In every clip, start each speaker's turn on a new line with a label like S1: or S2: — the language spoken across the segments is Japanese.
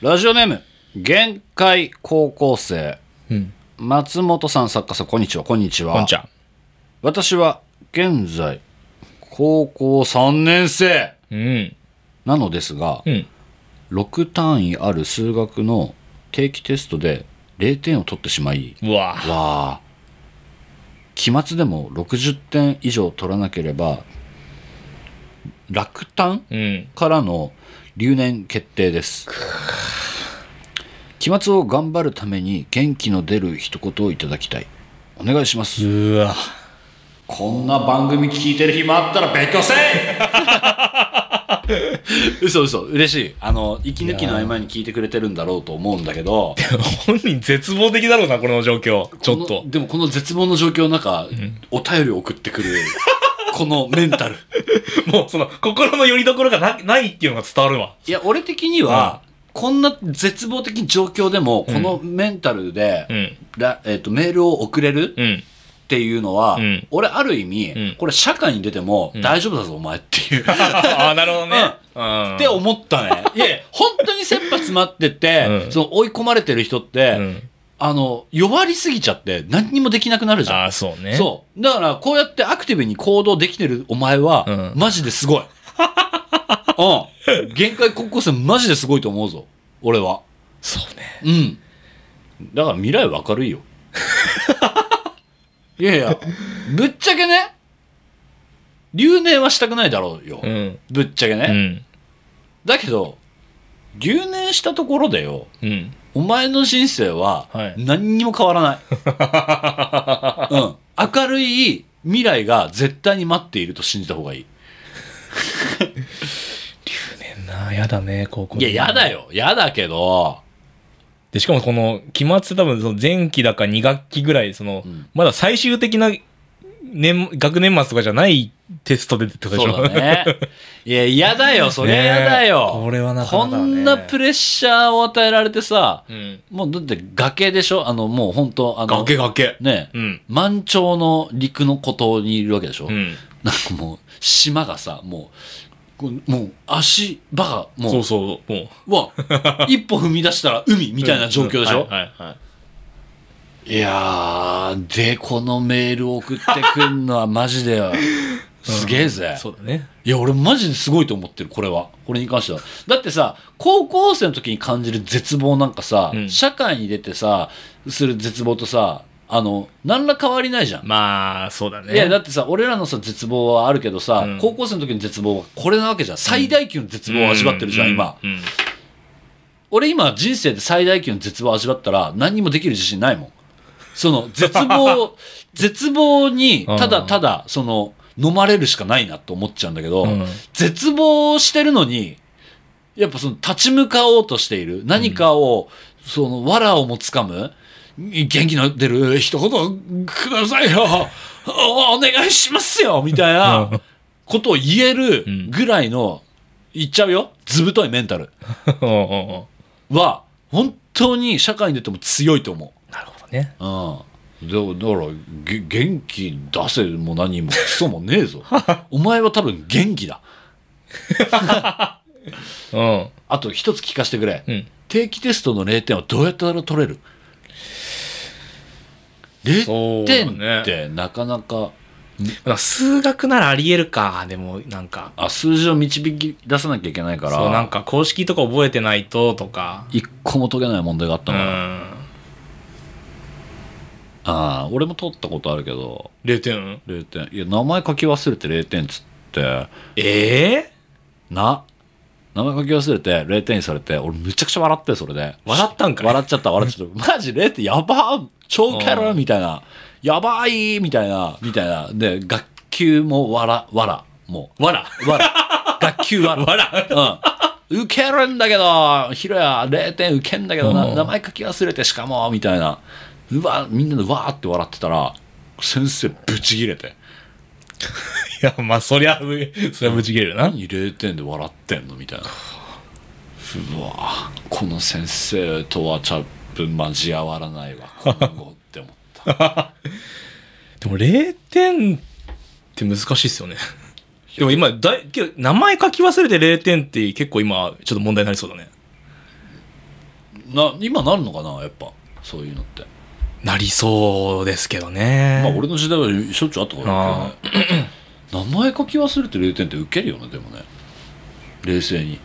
S1: ラジオネーム、限界高校生。
S2: うん。
S1: 松本さん、作家さん、こんにちは、こんにちは。
S2: こんちゃん。
S1: 私は、現在、高校3年生
S2: うん。
S1: なのですが、
S2: うん。
S1: 6単位ある数学の定期テストで0点を取ってしまい、
S2: うわぁ。
S1: わあ期末でも60点以上取らなければ落胆
S2: うん。
S1: からの留年決定です期末を頑張るために元気の出る一言をいただきたいお願いします
S2: うわ
S1: こんな番組聞いてる暇あったら勉強せえ嘘嘘嬉しいあの息抜きの合間に聞いてくれてるんだろうと思うんだけど
S2: 本人絶望的だろうな、この状況。ちょっ
S1: ことの。でもこの絶望の状況の中、お便りを送ってくるこのメンタル
S2: もうその、心の拠り所がなないっていうのが伝わるわ。
S1: いや俺的には、こんな絶望的状況でも、このメンタルで、
S2: うん。
S1: らえー、とメールを送れる
S2: うん。
S1: っていうのは、
S2: うん
S1: 俺ある意味、
S2: うん
S1: これ社会に出ても
S2: ん
S1: 大丈夫だぞ、お前っていうっ
S2: ああ、なるほどね。うん。
S1: て思ったね いや本当に切羽詰まってて、
S2: うん
S1: その追い込まれてる人って、
S2: うん。
S1: あの弱りすぎちゃって何にもできなくなるじゃん
S2: ああ、そうね。
S1: そう。だから、こうやってアクティブに行動できてるお前は、
S2: うん
S1: マジですごい。 うん。限界高校生マジですごいと思うぞ。俺は。
S2: そうね。
S1: うん。だから未来は明る いよ。いやいや、ぶっちゃけね、留年はしたくないだろうよ。
S2: うん。
S1: ぶっちゃけね。
S2: うん。
S1: だけど、留年したところでよ、
S2: うん。
S1: お前の人生は
S2: はい
S1: 何にも変わらない。 うん、明るい未来が絶対に待っていると信じた方がいい。
S2: ねんな、やだね、高校。
S1: いや、やだ。よ。やだけど、
S2: で、しかもこの、期末多分、その前期だか2学期ぐらい、その、
S1: ん
S2: まだ最終的な、年、学年末とかじゃないテスト出てってことでし
S1: そ
S2: ょ
S1: うだね。 いや、やだよ。そりゃやだよ。
S2: ねえこれはなかなかだね
S1: こんなプレッシャーを与えられてさ、
S2: うん。
S1: もうだって崖でしょあの、もう本当あの、
S2: 崖。
S1: ねえ、
S2: うん。
S1: 満潮の陸の孤島にいるわけでしょ、
S2: うん。
S1: なんかもう、島がさ、もう、こうもう足場が、もう、
S2: そうそう、もう。
S1: うわ、一歩踏み出したら海みたいな状況でしょ、
S2: うんはいはいはい
S1: やー、で、このメール送ってくんのはマジで、すげえぜ
S2: い。。そうだね。
S1: いや、俺マジですごいと思ってる、これは。これに関しては。だってさ、高校生の時に感じる絶望なんかさ、
S2: うん
S1: 社会に出てさ、する絶望とさ、あの、何ら変わりないじゃん。
S2: まあ、そうだね。
S1: いやだってさ俺らのさ絶望はあるけどさ、
S2: うん
S1: 高校生の時の絶望はこれなわけじゃん最大級の絶望を味わってるじゃん、
S2: う
S1: 今、
S2: うんうん
S1: 俺今人生で最大級の絶望を味わったら何にもできる自信ないもんその絶望 を絶望にただただその飲まれるしかないなと思っちゃうんだけど、
S2: うん
S1: 絶望してるのにやっぱその立ち向かおうとしている何かを、その藁をもつかむ元気の出る一言くださいよおお願いしますよみたいな
S2: うん
S1: ことを言えるぐらいの、言っちゃうよずぶといメンタル。
S2: うんうんうん
S1: は本当に社会に出ても強いと思
S2: なるほどね。
S1: う。うん、だだからげ元気出せも何もクソもねえ ぞお前は多分元気だ
S2: うん。
S1: あと一つ聞かせてくれ、
S2: うん
S1: 定期テストの0点はどうやったら取れる0
S2: そう
S1: 点
S2: だ
S1: ってなかなか、
S2: まあ数学ならあり得るか。でも、なんか。
S1: あ数字を導き出さなきゃいけないから
S2: そう、なんか公式とか覚えてないと、とか。
S1: 一個も解けない問題があった
S2: う
S1: の、あ
S2: ん。
S1: あ俺も取ったことあるけど
S2: 0点
S1: 0点いや名前書き忘れて0点っつって
S2: ええ
S1: な名前書き忘れて0点にされて俺むちゃくちゃ笑ってそれで
S2: 笑ったんかい
S1: 笑っちゃった笑っちゃ ったマジ0点やばー超キャ
S2: う
S1: ラ
S2: ん
S1: みたいなやばいみたいなみたいなで学級もわらわらも
S2: わら。
S1: うわら学級わら
S2: わら。
S1: うん受けるんだけどヒロヤ0点受けんだけどな
S2: うん
S1: 名前書き忘れてしかもみたいなうわみんなでわーって笑ってたら先生ブチギレて
S2: いや、まあ、そりゃ、そりゃぶち切れるな。
S1: 何0点で笑ってんのみたいなうわこの先生とはちゃっぷん交わらないわ今後って思ったい
S2: でも0点って難しいですよね。でも今だい、けど名前書き忘れて0点って結構今ちょっと問題になりそうだね。
S1: な今なるのかなやっぱそういうのって
S2: なりそうですけどね。
S1: まあ俺の時代はしょっちゅうあったからだけどね名前書き忘れて0点ってウケるよねでもね冷静に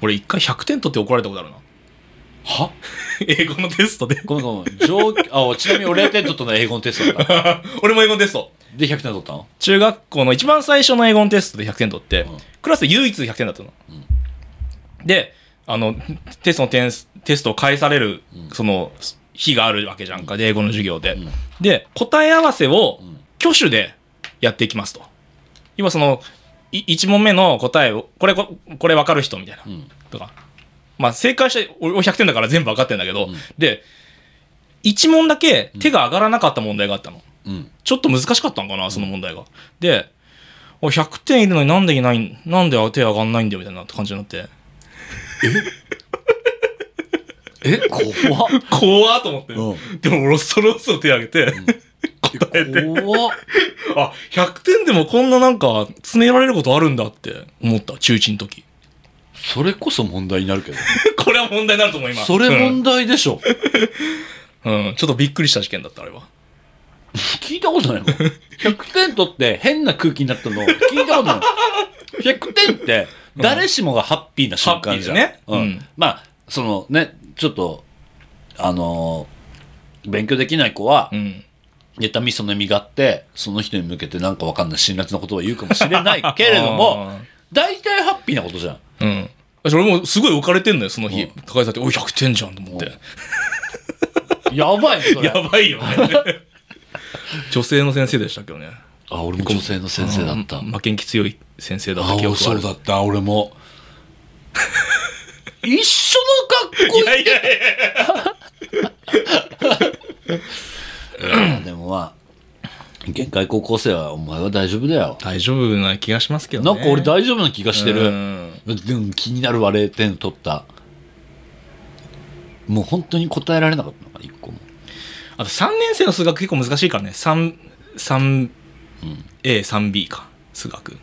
S2: 俺一回100点取って怒られたことあるな。
S1: は
S2: 英語のテストで。
S1: ごめんごめん上あちなみに俺0点取ったのは英語のテストだった
S2: 俺も英語のテスト。
S1: で100点取ったの
S2: 中学校の一番最初の英語のテストで100点取って、
S1: うん
S2: クラスで唯一100点だったの。で、あの、テストの点数テストを返される、その、日があるわけじゃんか、で、英語の授業で。
S1: うん
S2: で、答え合わせを
S1: ん
S2: 挙手でやっていきますと。要はその、1問目の答えを、これ、ここれ分かる人みたいな。
S1: うん
S2: とか。まあ、正解して、俺100点だから全部分かってんだけど、
S1: うん
S2: で、1問だけ手が上がらなかった問題があったの。
S1: うん
S2: ちょっと難しかったんかな、その問題が。で、お100点いるのになんでいないん、なんで手上がんないんだよみたいな感じになって。
S1: え怖っ
S2: 怖ーと思って。
S1: う
S2: でも、ロストロスト手上げて、答えて、
S1: 怖っ
S2: あ、100点でもこんななんか、詰められることあるんだって思った、中1の時。
S1: それこそ問題になるけど
S2: これは問題になると思う、今。
S1: それ問題でしょ
S2: うん、うん。ちょっとびっくりした事件だった、あれは。
S1: 聞いたことないもん100点取って変な空気になったの聞いたことない100点って誰しもがハッピーな瞬間じゃん、
S2: ハッピー
S1: う
S2: だねうん
S1: ん、まあそのねちょっとあのー勉強できない子は
S2: うん。
S1: 妬みそのみがあってその人に向けてなんかわかんない辛辣なことを言うかもしれないけれども
S2: あー、
S1: 大体ハッピーなことじゃん
S2: うん。私俺もすごい浮かれてんのよ、その日
S1: うん。
S2: 高井さんって、おい、100点じゃんと思って。
S1: やばいねそれ
S2: やばいよね。 女性の先生でしたけどね。
S1: あ俺も女性の先生だった、
S2: うん負けん気強い先生だった
S1: あ
S2: 記憶があ
S1: そう
S2: る。
S1: だった俺 も一緒の学校
S2: いやいやいや
S1: でもまあ限界高校生はお前は大丈夫だよ、
S2: 大丈夫な気がしますけどね。
S1: なんか俺大丈夫な気がして
S2: う
S1: る、
S2: ん
S1: でも気になるわ0点取ったもう本当に答えられなかったのかな1個も
S2: あと3年生の数学結構難しいからね。3、3A、
S1: ん
S2: 3B か。数学。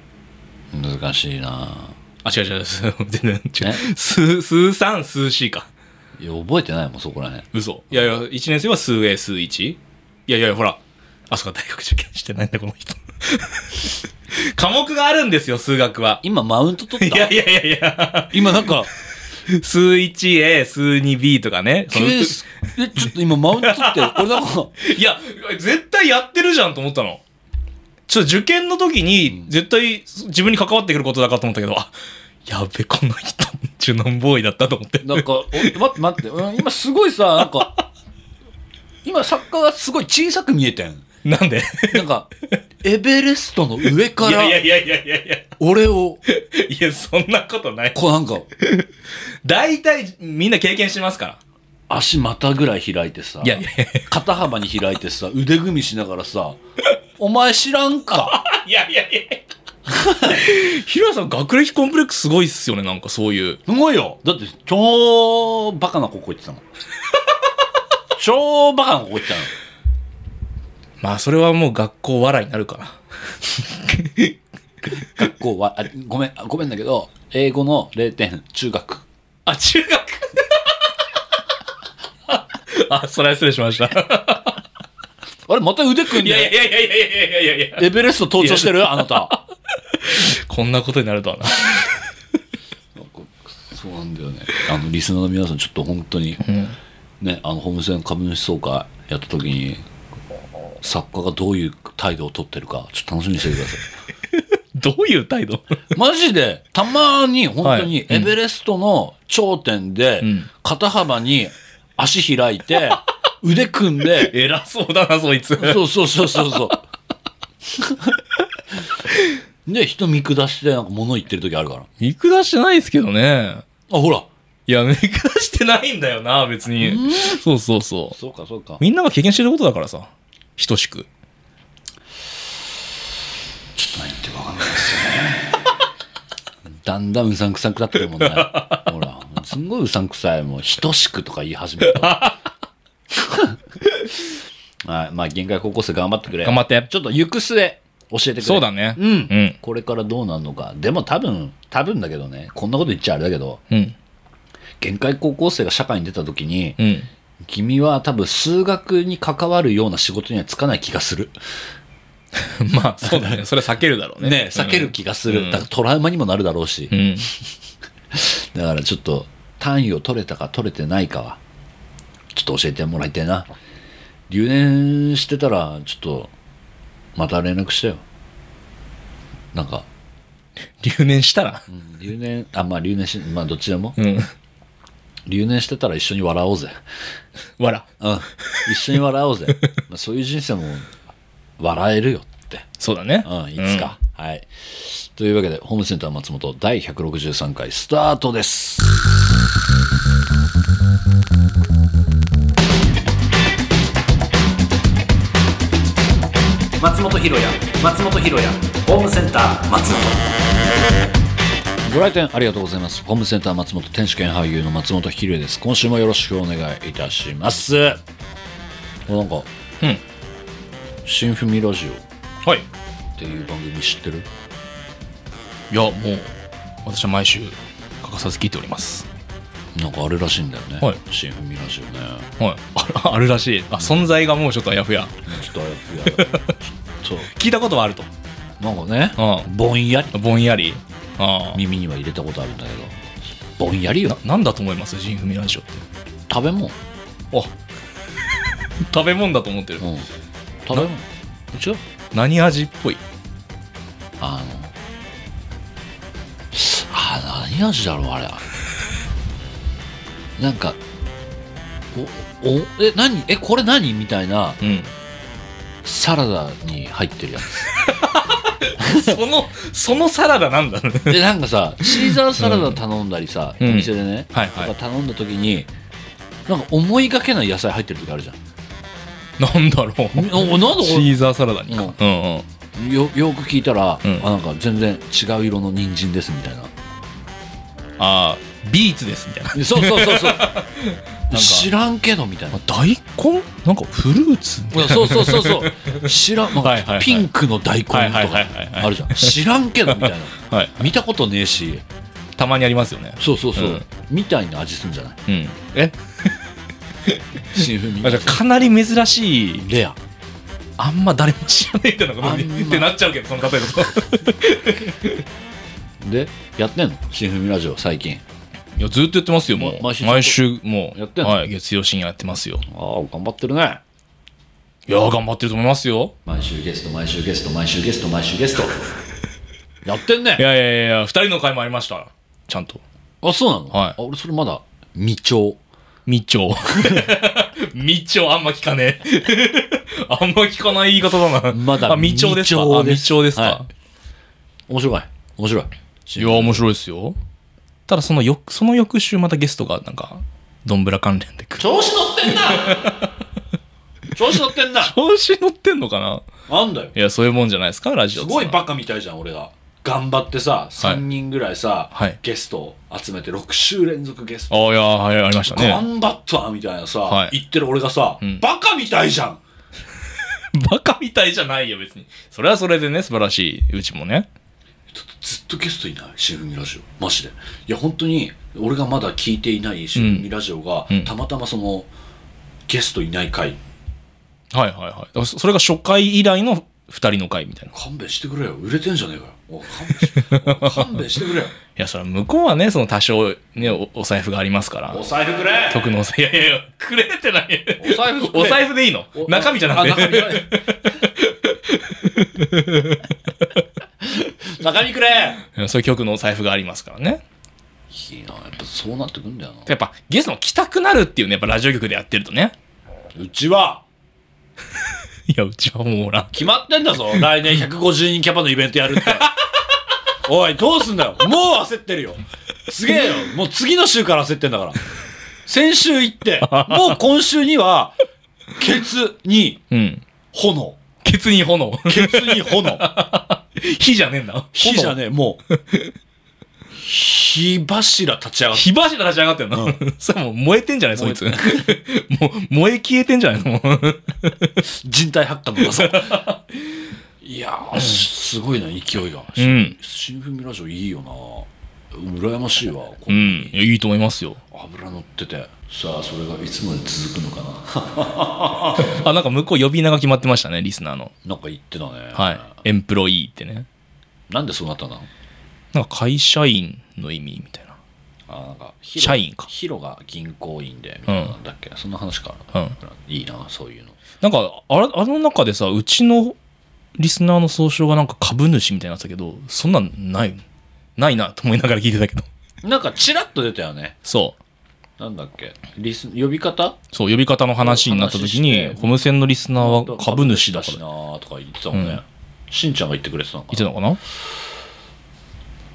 S1: 難しいな
S2: あ、違う違う違う。 全然違
S1: え
S2: う。数、数3、数 C か。
S1: いや覚えてないもんそこらへん
S2: 嘘。いやいや、1年生は数 A、数 1? いやいや、ほら。あ、そうか、大学受験してないんだ、この人。 科目があるんですよ、数学は。
S1: 今マウント取
S2: い
S1: った
S2: やいやいやいや。
S1: 今なんか
S2: 数 1A、数 2B とかね。そ
S1: 急
S2: の
S1: にすえちょっと今マウント取って俺なんか
S2: いや、絶対やってるじゃんと思ったの。ちょっと受験の時に、絶対自分に関わってくることだからと思ったけど、あ、やべ、この人、中南ボーイだったと思って。
S1: なんか、お待って待って、うん今すごいさ、なんか、今作家がすごい小さく見えてん。
S2: なんで
S1: なんか、エベレストの上か
S2: いやいや
S1: ら、
S2: いやいやいやいや。
S1: 俺を、
S2: いや、そんなことない。
S1: こうなんか、
S2: 大体、みんな経験してますから。
S1: 足股ぐらい開いてさ、
S2: いやいや
S1: 肩幅に開いてさ、腕組みしながらさ、お前知らんか。
S2: いやいやいや。ヒロさん、学歴コンプレックスすごいっすよね、なんかそういう。
S1: すごいよ。だって、超バカな高校行ってたの。超バカな高校行ってたの。
S2: まあ、それはもう学校笑いになるから。
S1: 学校は、あごめん、あごめんだけど、英語の0点、中学。
S2: あ、中学 あ、それは失礼しました。
S1: あれ、また腕組ん
S2: いやいや
S1: で、
S2: いやいやいやいやいやいやいや。
S1: エベレスト登頂してるあなた。
S2: こんなことになるとはな。
S1: そうなんだよね。あの、リスナーの皆さん、ちょっと本当に、ね、あの、ホームセン株主総会やった時に、作家がどういう態度を取ってるか、ちょっと楽しみにしててくださ
S2: どういう態度
S1: い。マジで、たまに、本当に、
S2: はい
S1: エベレストの頂点で
S2: ん、
S1: 肩幅に足開いて、 腕組んで、
S2: 偉そうだな、そ いつ。
S1: そうそうそうそう そう。で、人見下して、なんか物言ってる時あるから。
S2: 見下してないですけどね。
S1: あ、ほら。
S2: いや、見下してないんだよな、別に。そうそうそう。
S1: そうか、そうか。
S2: みんなが経験してることだからさ。等しく。
S1: ちょっと何言ってるか分かんないですよね。だんだんうさんくさくなってくるもんね。ほら、すんごいうさんくさい、もう、等しくとか言い始めた。はい、まあ、限界高校生頑張ってくれ。
S2: 頑張って
S1: ちょっと行く末、教えてくれ。
S2: そうだね。
S1: うん。
S2: うん
S1: これからどうなるのか。でも多分、多分だけどね、こんなこと言っちゃあれだけど、
S2: うん。
S1: 限界高校生が社会に出た時に、
S2: うん。
S1: 君は多分数学に関わるような仕事にはつかない気がする。
S2: まあ、そうだね。それは避けるだろうね。
S1: ね、避ける気がする。
S2: うん
S1: だからトラウマにもなるだろうし
S2: う。ん。
S1: だからちょっと単位を取れたか取れてないかは、ちょっと教えてもらいたいな。留年してたら、ちょっと、また連絡してよ。なんか、
S2: 留年したら。
S1: うん留年、あ、まあ留年し、まあどっちでも。
S2: うん。
S1: 留年してたら一緒に笑おうぜ。
S2: わら。
S1: うん。一緒に笑おうぜ。まあそういう人生も、笑えるよって。
S2: そうだね。
S1: うん、いつか。はい。というわけで、ホームセンター松本第163回スタートです。松本ひろ松本ひろホームセンター松本。ご来店ありがとうございます。ホームセンター松本、天守兼俳優の松本ひろです。今週もよろしくお願いいたします。なんか、
S2: うん。うん。
S1: 新踏みラジオっ
S2: はい。
S1: ていう番組知ってる
S2: いや、もう、私は毎週欠かさず聞いております。
S1: なんかあるらしいんだよね、
S2: はい
S1: 新踏みラジオね
S2: はい。あ らあるらしい。あ、存在がもうちょっとあやふや。
S1: ちょっとあやふやちょっ
S2: 聞いたことはあると。
S1: となんかね
S2: う
S1: ぼんやり
S2: ん。ぼんやり。ああ。
S1: 耳には入れたことあるんだけどぼんやりよ
S2: なんだと思います人踏みラジオって。
S1: 食べ物、うん、
S2: あ食べ物だと思ってる。
S1: 食べ物うちは
S2: 何味っぽい
S1: あのあ何味だろうあれ なんかおおえ何えこれ何みたいな
S2: うん。
S1: サラダに入ってるやつ
S2: その、そのサラダなんだね。
S1: でなんかさシーザーサラダ頼んだりさ、
S2: うん
S1: お店でね、
S2: はい
S1: と
S2: は
S1: か
S2: い。
S1: 頼んだ時になんか思いがけない野菜入ってる時あ るじゃん。
S2: なんだろう。
S1: おなんだこ
S2: シーザーサラダにか。うんうん。
S1: れよよく聞いたら、
S2: うん
S1: あなんか全然違う色の人参ですみたい な。
S2: ああ、ビーツですみたいな。
S1: そうそう そうそう。
S2: か
S1: 知らんけどみたい な。
S2: 大根なんかフルーツ
S1: いやそうそうそうそう。知らん、なんか
S2: はいはいはい
S1: ピンクの大根と
S2: は
S1: か
S2: いはいはいはいはい
S1: あるじゃん。知らんけどみたいな。
S2: はい。
S1: 見たことねえし、
S2: たまにありますよね。
S1: そうそうそう、
S2: うん
S1: みたいな味すんじゃない。
S2: うん。え
S1: 新風味
S2: あじゃあかなり珍しい、
S1: レア。
S2: あんま誰も知らないみたいなことに
S1: あんま
S2: ってなっちゃうけど、その例えば。
S1: でやってんの新風味ラジオ最近。
S2: いや、ずっとやってますよ、もう。
S1: 毎週
S2: 毎週、もう。
S1: やってんの
S2: はい、月曜深夜やってますよ。
S1: ああ頑張ってるね。
S2: いやー、頑張ってると思いますよ。
S1: 毎週ゲスト毎週ゲスト毎週ゲスト毎週ゲスト やってん
S2: い
S1: ね
S2: やいやいやいや、二人の会もありました。ちゃんと。
S1: あそうなの、
S2: はい
S1: あ俺それまだ未調
S2: みちょう。 みちょう、あんま聞かねえ。 あんま聞かない言い方だな。
S1: まだ
S2: あ、みちょうですか。
S1: みちょ
S2: あ、
S1: うで
S2: み
S1: す
S2: ちょうですか
S1: は。面白い面白い
S2: いや、面白いですよ。ただ、その翌、その翌週またゲストが、なんか、どんぶら関連で来る。
S1: 調子乗ってんな 調子乗ってんな
S2: 調子乗ってんのかな
S1: なんだよ
S2: いや、そういうもんじゃないですか、ラジ オ
S1: す
S2: って
S1: ごいバカみたいじゃん俺が頑張ってさ3人ぐらいさ、
S2: はい
S1: ゲストを集めて6週連続ゲス
S2: あ
S1: ト
S2: あ、いや、はい、ありましたね。
S1: 頑張ったみたいなさ、
S2: はい
S1: 言ってる俺がさ、
S2: ん
S1: バカみたいじゃん
S2: バカみたいじゃないよ、別に。それはそれでね、素晴らしい。うちもね。
S1: ずっとゲストいない新文ラジオマジでいや本当に俺がまだ聞いていない新文ラジオが、
S2: うんうん
S1: たまたまそのゲストいない回
S2: はいはいはいだから。そそれが初回以来の二人の会みたいな。い
S1: 勘弁してくれよ売れてんじゃねえかよおい勘弁しおい勘弁してくれよ
S2: や、それは向こうはね、その多少、ね、お お財布がありますから
S1: お。財布くれ
S2: 特のお財布、いやいやいや、くれてない。
S1: お財布くれ
S2: お財布でいいの
S1: お
S2: 中身じゃなく
S1: あ中身
S2: て。
S1: くれ中身くれ
S2: うん そういう曲のお財布がありますからね。
S1: いいなやっぱそうなってくんだよな
S2: やっぱ、ゲストも来たくなるっていうね、やっぱラジオ局でやってるとね。
S1: うちはい
S2: や、うちはもうな。
S1: 決まってんだ ぞ来年150人キャパのイベントやるっておいどうすんだよもう焦ってるよすげえよもう次の週から焦ってんだから先週行 ってもう今週にはケツに
S2: うん。
S1: 炎
S2: ケツに炎。
S1: ケツに炎
S2: 火じゃねえんだ。
S1: 火じゃ
S2: ね
S1: ねえもう火柱立ち上がって
S2: 火柱立ち上がってんの、 それもう燃えてんじゃないそい つ。もう燃え消えてんじゃないの
S1: 人体発火のな さいやーすごいな勢いが、
S2: うん
S1: 新風味ラジオいいよな羨ましいわこ
S2: うんいやいいと思いますよ
S1: 油乗っててさあそれがいつまで続くのかな
S2: あなんか向こう呼び名が決まってましたねリスナーの
S1: なんか言ってたね
S2: はいエンプロイーってね
S1: なんでそうなったの
S2: なんか会社員の意味みたいな
S1: あなんかヒロ
S2: 社員か
S1: ヒロが銀行員でみたいなのだっけ、そんな話か、
S2: うん
S1: いいなそういうの
S2: なんかあれあの中でさうちのリスナーの総称がなんか株主みたいになってたけどそんなんないないなと思いながら聞いてたけど
S1: なんかチラッと出たよね
S2: そ
S1: なんだっけリス呼び方
S2: うそう呼び方の話になった時
S1: 話
S2: に
S1: して
S2: ホームセンのリスナーは株主だ
S1: だ
S2: か
S1: し
S2: ら
S1: なーとか言ってたもんね、
S2: うん
S1: しんちゃんが言ってくれてたのか
S2: 言ってたのかな
S1: な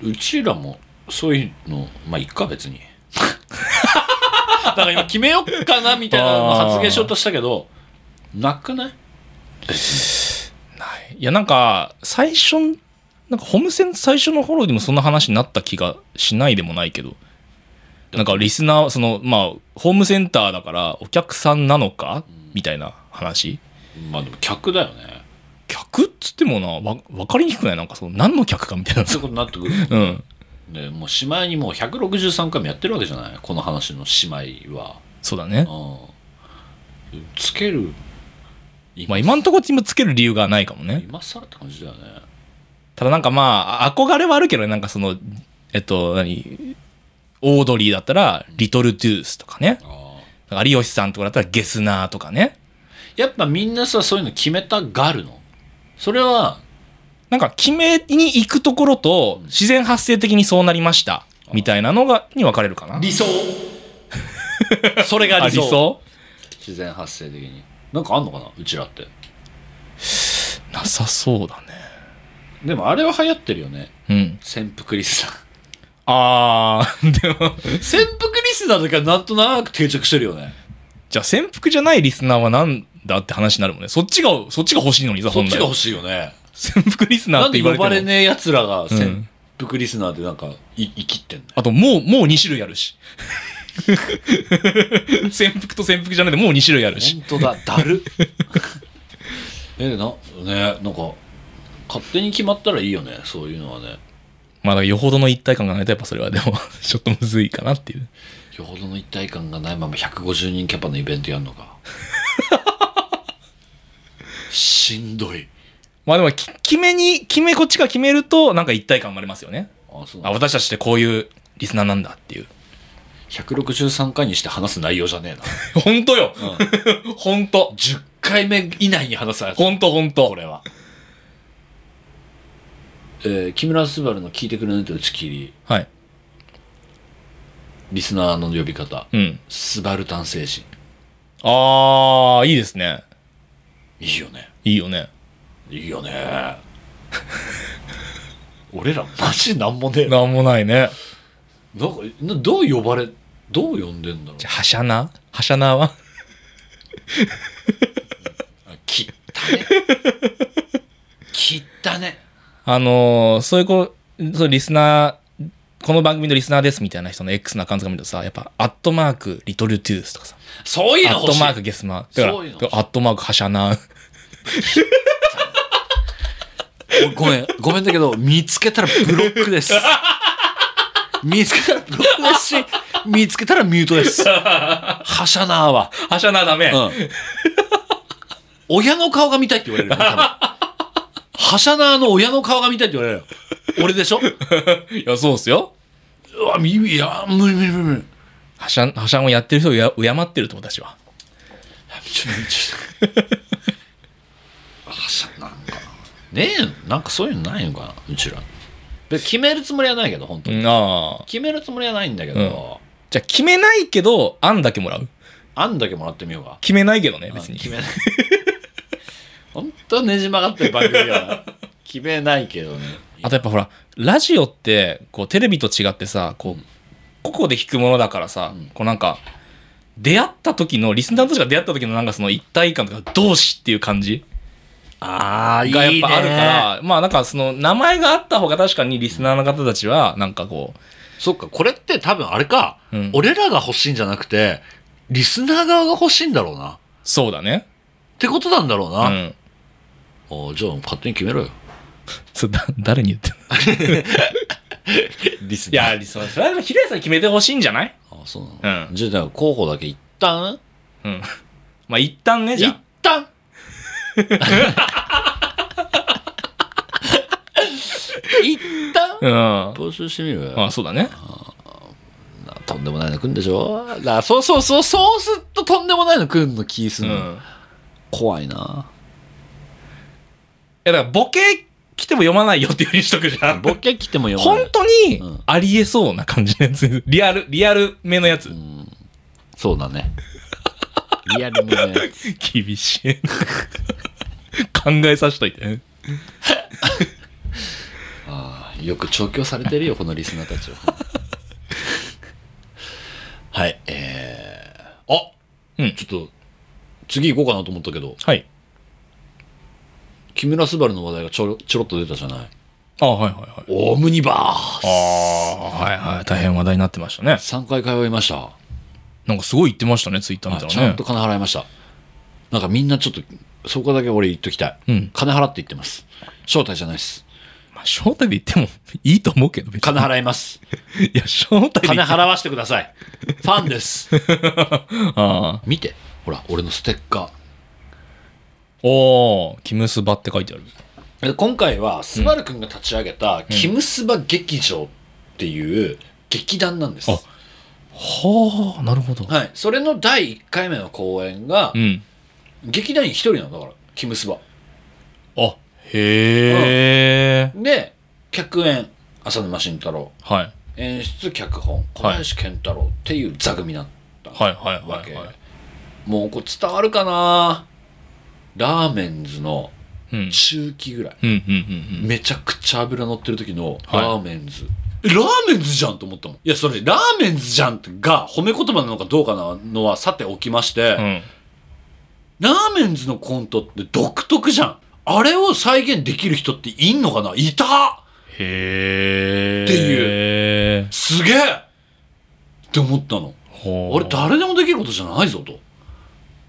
S1: うちらもそういうのまあいっか別にだから今決めよっかなみたいなの発言しようとしたけどなくない
S2: いやなんか最初んなんかホームセン最初の頃にもそんな話になった気がしないでもないけどなんかリスナーはそのまあホームセンターだからお客さんなのかみたいな話
S1: まあでも客だよね
S2: 客っつってもなわ分かりにくくないなんかその何の客かみたいな
S1: そういうことになってくる
S2: うん
S1: でもうしまいにもう163回もやってるわけじゃないこの話のしまいは、
S2: そうだね
S1: うん、つける今,、
S2: まあ今のところ今つける理由がないかもね
S1: 今更って感じだよね
S2: ただなんかまあ憧れはあるけどねなんかそのえっと何オードリーだったらリトルデュースとかね
S1: あ
S2: 有吉さんとかだったらゲスナーとかね
S1: やっぱみんなさそういうの決めたがるのそれは
S2: なんか決めに行くところと自然発生的にそうなりましたみたいなのがに分かれるかな。
S1: 理想 それが
S2: あ
S1: 理
S2: り
S1: 想
S2: そ
S1: 自然発生的になんかあんのかなうちらって
S2: うなさそうだね。
S1: でもあれは流行ってるよね
S2: うん。
S1: 潜伏リス ナー
S2: あー、 でも、
S1: 潜伏リスナーだけはなんとなく定着してるよね
S2: じゃあ潜伏じゃないリスナーはなんだって話になるもんね。そっちが、そっちが欲しいのにさ、
S1: そっちが
S2: 本来
S1: 欲しいよね
S2: 潜伏リスナー
S1: な
S2: っ
S1: ん
S2: て
S1: で
S2: 言わ
S1: 呼
S2: れても。
S1: ばれねえやつらが
S2: ん
S1: 潜伏リスナーでなんかい生きてんの
S2: あと、もう、もう2種類あるし。 潜伏と潜伏じゃないでもう2種類あるし。
S1: 本当 だだるえなねなんか勝手に決まったらいいよねそういうのはね
S2: まあ、だからよほどの一体感がないと、やっぱそれはでも、ちょっとむずいかなっていう。
S1: よほどの一体感がないまま150人キャパのイベントやんの かしんどい
S2: まあでも、き決めに、決め、こっちが決めると、なんか一体感生まれますよね。
S1: あそう
S2: あ、私たちってこういうリスナーなんだっていう。
S1: 163回にして話す内容じゃねえな
S2: 本当よ、 本当
S1: 10回目以内に話すやつ
S2: 本当本当
S1: これは、えー木村昴の「聞いてくれないと打ち切り
S2: はい。」
S1: リスナーの呼び方
S2: うん。
S1: 「スバルタン星人
S2: あー、いいですね。」
S1: いいよね
S2: いいよね。
S1: いいよね 俺らマジなんもねえな
S2: なんもないね。
S1: なんかなどう呼ばれどう呼んでんだろう
S2: じゃあ、はしゃなはしゃなは
S1: あ切ったね 切ったね
S2: あのー、そういう子、そうリスナー、この番組のリスナーですみたいな人の X のアカウントが見るとさ、やっぱ、アットマーク、リトルトゥースとかさ、
S1: そういう
S2: ア
S1: の
S2: ッ
S1: 欲
S2: ト
S1: しい
S2: マーク、ゲスマー。だ
S1: そういうの欲しい
S2: から、アットマーク、はしゃな
S1: おごめんごめんだけど見つけたらブロックです 見つけたらブロックですし見つけたらミュート ですはしゃなーは
S2: はしゃなダメ。
S1: うん親の顔が見たいって言われるよ多分はしゃなーの親の顔が見たいって言われるよ俺でしょ
S2: いや、そうっすよ。
S1: うわ、み、いや、無理無理無理無理。
S2: はしゃん、はしゃんをやってる人をや敬ってると私は。
S1: ちょ、ちょ、あ、しゃ、なんか。ねえ、なんかそういうのないのかな、うちら。別に決めるつもりはないけど、本当
S2: う
S1: に。
S2: ん、ああ。
S1: 決めるつもりはないんだけ
S2: うん
S1: ど、
S2: じゃあ決めないけど、案だけもらう。
S1: あんだけもらってみようか。
S2: 決めないけどね、別に
S1: 決。めない。本当ねじ曲がってる番組は。決めないけどね。
S2: あとやっぱほら、ラジオって、こう、テレビと違ってさ、こう、個々で聞くものだからさ、こうなんか、出会った時の、リスナーとしか出会った時のなんかその一体感とか、同志っていう感じ
S1: ああ、いいね。
S2: がやっ ぱあるから、まあなんかその、名前があった方が確かにリスナーの方たちは、なんかこう、
S1: そっか、これって多分あれか、
S2: うん
S1: 俺らが欲しいんじゃなくて、リスナー側が欲しいんだろうな。っ
S2: そうだね。
S1: てことなんだろう
S2: う
S1: な。
S2: ん。
S1: あじゃあ勝手に決めろよ。
S2: そうだ誰に言ってんの
S1: リス
S2: いや、そそれはでも平井さんに決めてほしいんじゃない
S1: あそう
S2: う
S1: なの、
S2: ん。
S1: じゃあだから候補だけ一旦
S2: うん。まあ、一旦ね、じゃ
S1: 一
S2: あ。
S1: 旦一旦
S2: うん。
S1: 募集してみる
S2: まあ、そうだね。
S1: なとんでもないの来んでしょだからそうそうそうそうすっととんでもないの来んの気す
S2: うんん。い
S1: の、
S2: や、
S1: 怖いな
S2: だから、ボケ来ても読まないよっていうふうにしとくじゃん。
S1: ボケ来ても読まな
S2: 本
S1: い
S2: 当に
S1: うん
S2: ありえそうな感じのやつ。リアル、リアル目のやつ。
S1: そうだねリアルもね
S2: 厳しい。考えさせといて。
S1: よく調教されて るよこのリスナーたちははいえー、あ
S2: うん。
S1: ちょっと次行こうかなと思ったけど
S2: はい。
S1: 木村昴の話題がちょろちょろっと出たじゃない
S2: あはいはいはい。
S1: オムニバー
S2: ああ、はいはい。大変話題になってましたね。
S1: ス3回通いました
S2: なんかすごい言ってましたね、ツイッター見
S1: あ
S2: た
S1: ちゃ
S2: ら
S1: ん
S2: ね
S1: と。金払いましたなんかみんなちょっとそこだけ俺言っときたい、
S2: うん
S1: 金払って言ってます招待じゃないです
S2: まあ、招待で言ってもいいと思うけど、別に。
S1: 金払い ます
S2: いや、招待で言
S1: 金
S2: って
S1: 払わしてくださいファンです
S2: ああ。
S1: 見てほら俺のステッカ
S2: おー、キムスバって書いてある。
S1: ーで今回はスバルくんが立ち上げた「キムスバ劇場」っていう劇団なんです、
S2: あはあ、なるほど。
S1: はい、それの第1回目の公演が、
S2: うん。
S1: 劇団員1人なんだからキムスバ
S2: あ、へえ。
S1: で客演浅沼慎太郎
S2: はい。
S1: 演出脚本小林健太郎っていう座組だった
S2: はいはい
S1: わ
S2: は
S1: け、
S2: いはい。
S1: もうこれ伝わるかなラーメンズの
S2: うん。
S1: 中期ぐらい、
S2: うんうんうんうん。
S1: めちゃくちゃ油乗ってる時の
S2: はい
S1: ラーメンズ、えラーメンズじゃんと思ったもんいやそれラーメンズじゃんってが褒め言葉なのかどうかなのはさておきまして、
S2: うん。
S1: ラーメンズのコントって独特じゃんあれを再現できる人っていんのかないた
S2: へえ。
S1: って
S2: いう。
S1: すげえって思ったの
S2: ほ
S1: 俺誰でもできることじゃないぞと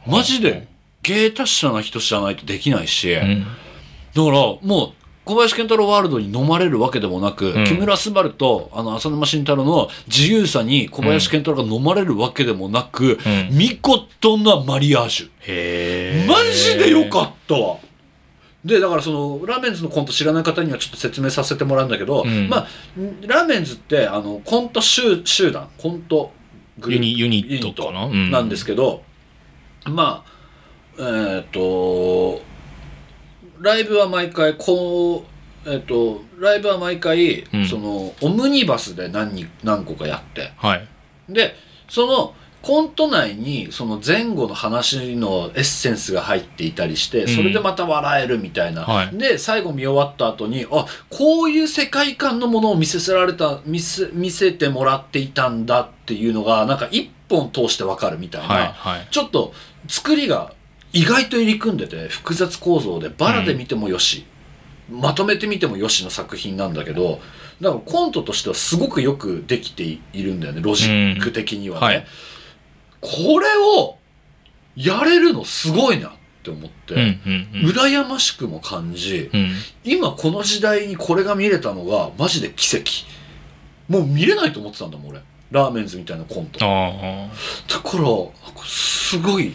S1: マジで芸達者な人じゃないとできないし、
S2: う
S1: だか
S2: ん。
S1: らもう小林健太郎ワールドに飲まれるわけでもなく、
S2: うん
S1: 木村昴とあの浅沼慎太郎の自由さに小林健太郎が飲まれるわけでもなく、
S2: うん
S1: 見事なマリアージュ
S2: へえ。
S1: マジでよかったわでだからそのラーメンズのコント知らない方にはちょっと説明させてもらうんだけど、
S2: うん
S1: まあラーメンズってあのコント集集団コントグ
S2: ユ
S1: ループ
S2: ニユニットかな、うん、
S1: なんですけど、まあえっ、とライブは毎回こうえっ、とライブは毎回、
S2: うん
S1: そのオムニバスで何に何個かやって
S2: はい
S1: でそのコント内にその前後の話のエッセンスが入っていたりして
S2: ん
S1: それでまた笑えるみたいな、
S2: はい
S1: で最後見終わった後にあこういう世界観のものを見せられた見せ見せてもらっていたんだっていうのがなんか一本通してわかるみたいな、
S2: はいはい
S1: ちょっと作りが意外と入り組んでて複雑構造でバラで見てもよし、まとめて見てもよしの作品なんだけどだからコントとしてはすごくよくできているんだよねロジック的にはね、
S2: はい
S1: これをやれるのすごいなって思っ
S2: うん
S1: て、
S2: うんうん
S1: 羨ましくも感じ
S2: うん
S1: 今この時代にこれが見れたのがマジで奇跡もう見れないと思ってたんだもん俺ラーメンズみたいなコント
S2: あ
S1: だからすごい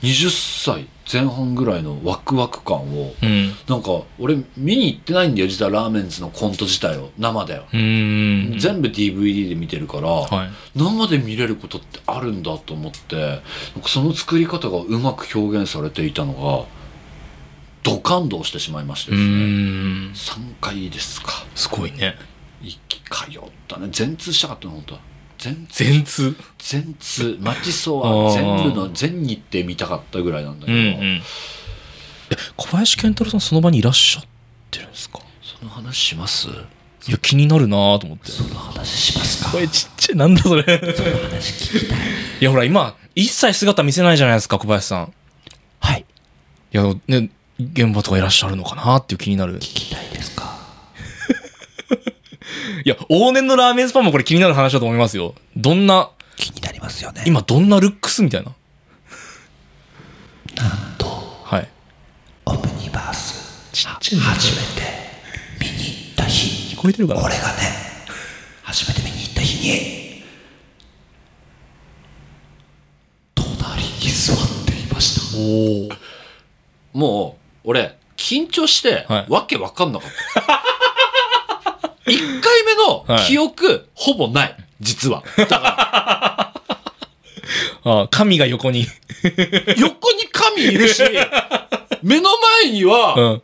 S1: 20歳前半ぐらいのワクワク感を
S2: あうん
S1: なんか俺見に行ってないんだよ実はラーメンズのコント自体を生で、
S2: うん
S1: 全部 DVD で見てるから、
S2: はい
S1: 生で見れることってあるんだと思ってなんかその作り方がうまく表現されていたのがド感動してしまいまして
S2: う
S1: ですね
S2: ん
S1: 3回ですか
S2: すごいね
S1: 行き通ったね全通したかったの本当は全通
S2: 全通
S1: 全通マチソ
S2: あ
S1: は
S2: ー
S1: 全部の全日程見たかったぐらいなんだけ
S2: うん
S1: ど、
S2: うんえ小林健太郎さんその場にいらっしゃってるんですか
S1: その話します
S2: いや気になるなと思って
S1: その話しますか
S2: 声ちっちゃいなんだそれいやほら今一切姿見せないじゃないですか小林さん
S1: はい
S2: いやね現場とかいらっしゃるのかなっていう気になる
S1: 聞きたいですか
S2: いや往年のラーメンスパンもこれ気になる話だと思いますよどんな
S1: 気になりますよね
S2: 今どんなルックスみたいなはい
S1: オムニバース
S2: ちっちゃい
S1: 初めて見に行った日
S2: 聞こえてるかな
S1: 俺がね初めて見に行った日に隣に座っていました
S2: おお
S1: もう俺緊張して、
S2: はい
S1: わけわかんなかった一回目の記憶、ほぼない実はだか
S2: あ神が横に、
S1: ら横に神いるし目の前に
S2: うん、
S1: は
S2: は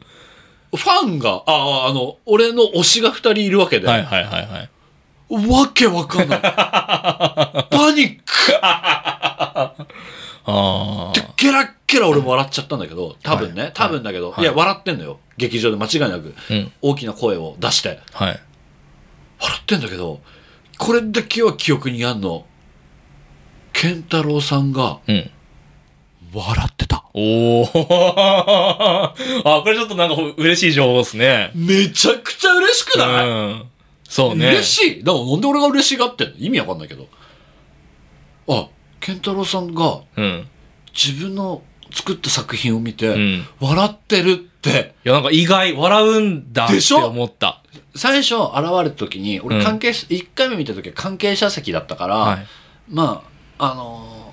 S1: ファンが、ああの俺の推しが2人いるわけ
S2: い
S1: で、
S2: はいはいはい
S1: わけわかんないパニ ック
S2: あ
S1: ってゲラッゲラ俺も笑っちゃったんだけど、多分ね、
S2: はい
S1: 多分だけど、
S2: はい
S1: い、や、笑ってんのよ。劇場で間違いなく、
S2: あうん
S1: 大きな声を出して。
S2: はい
S1: 笑ってんだけど、これだけは記憶にあんの。健太郎さんが
S2: うん
S1: 笑ってた。
S2: おお あこれちょっとなんかほ嬉しい情報ですね
S1: めちゃくちゃ嬉しくない、
S2: うんそうね
S1: 嬉しい。だからなんで俺が嬉しがってんの意味わかんないけど。あ、健太郎さんが
S2: うん
S1: 自分の作った作品を見
S2: う
S1: て、
S2: ん
S1: 笑ってるって、
S2: いや、なんか意外、笑うんだっ
S1: でしてょ
S2: 思った。
S1: 最初現れた時に
S2: う
S1: 俺
S2: ん
S1: 関係者、一1回目見た時は関係者席だったから、
S2: はい。
S1: まああの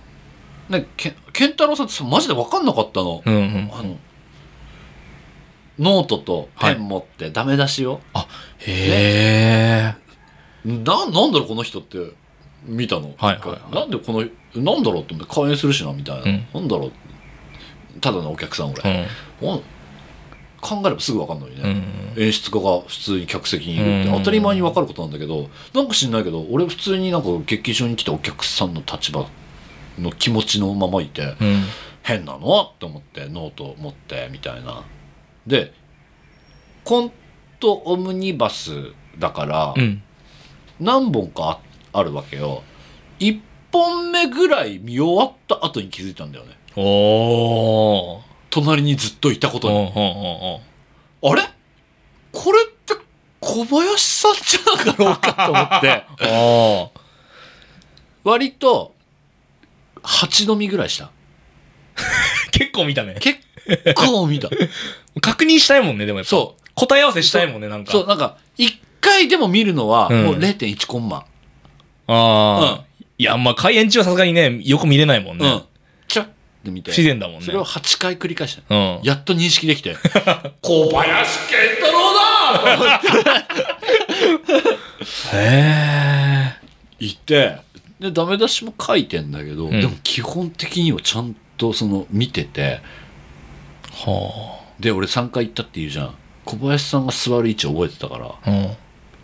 S1: ーねけ健太郎さんってさマジで分かんなかったの,、
S2: うんうん。
S1: あのノートとペン持ってダメ出しを、
S2: へえ。
S1: ななんだろうこの人って見たの、
S2: はいはいはい
S1: なんでこのなんだろうって思って開演するしなみたいな、
S2: うん
S1: なんだろうただのお客さん俺、
S2: うん。
S1: なん考えればすぐ分かんのにね、
S2: うん。
S1: 演出家が普通に客席にいるって
S2: うん
S1: 当たり前に分かることなんだけどなんか知んないけど俺普通になんか劇場に来たお客さんの立場の気持ちのままいて
S2: うん。
S1: 変なのって思ってノート持ってみたいなでコントオムニバスだから
S2: うん。
S1: 何本かああるわけよ1本目ぐらい見終わった後に気づいたんだよね
S2: おー。
S1: 隣にずっといたこ
S2: うん
S1: と
S2: うんう
S1: に
S2: んうん。
S1: あれこれって小林さんじゃなかろうかと思って
S2: あ
S1: 割と8飲みぐらいした
S2: ー。結構見たね。
S1: 結構見 た
S2: 確認したいもんね、でもやっぱ。。
S1: そう
S2: 答え合わせしたいもんね、なんか。
S1: そうなんか1回でも見るのは
S2: うん
S1: もう0.1コンマ、
S2: ああ。いや、まあ、開演中はさすがにね、よく見れないもん
S1: うん
S2: ね。
S1: ちょって見て
S2: 不自然だもんね。
S1: それを8回繰り返した
S2: うん。
S1: やっと認識でき て小林健太郎だと思って
S2: へえ。
S1: いてでダメ出しも書いてんだけど、
S2: ん
S1: でも基本的にはちゃんとその見てて
S2: は
S1: で俺3回行ったっていうじゃん小林さんが座る位置覚えてたから
S2: あ。うん。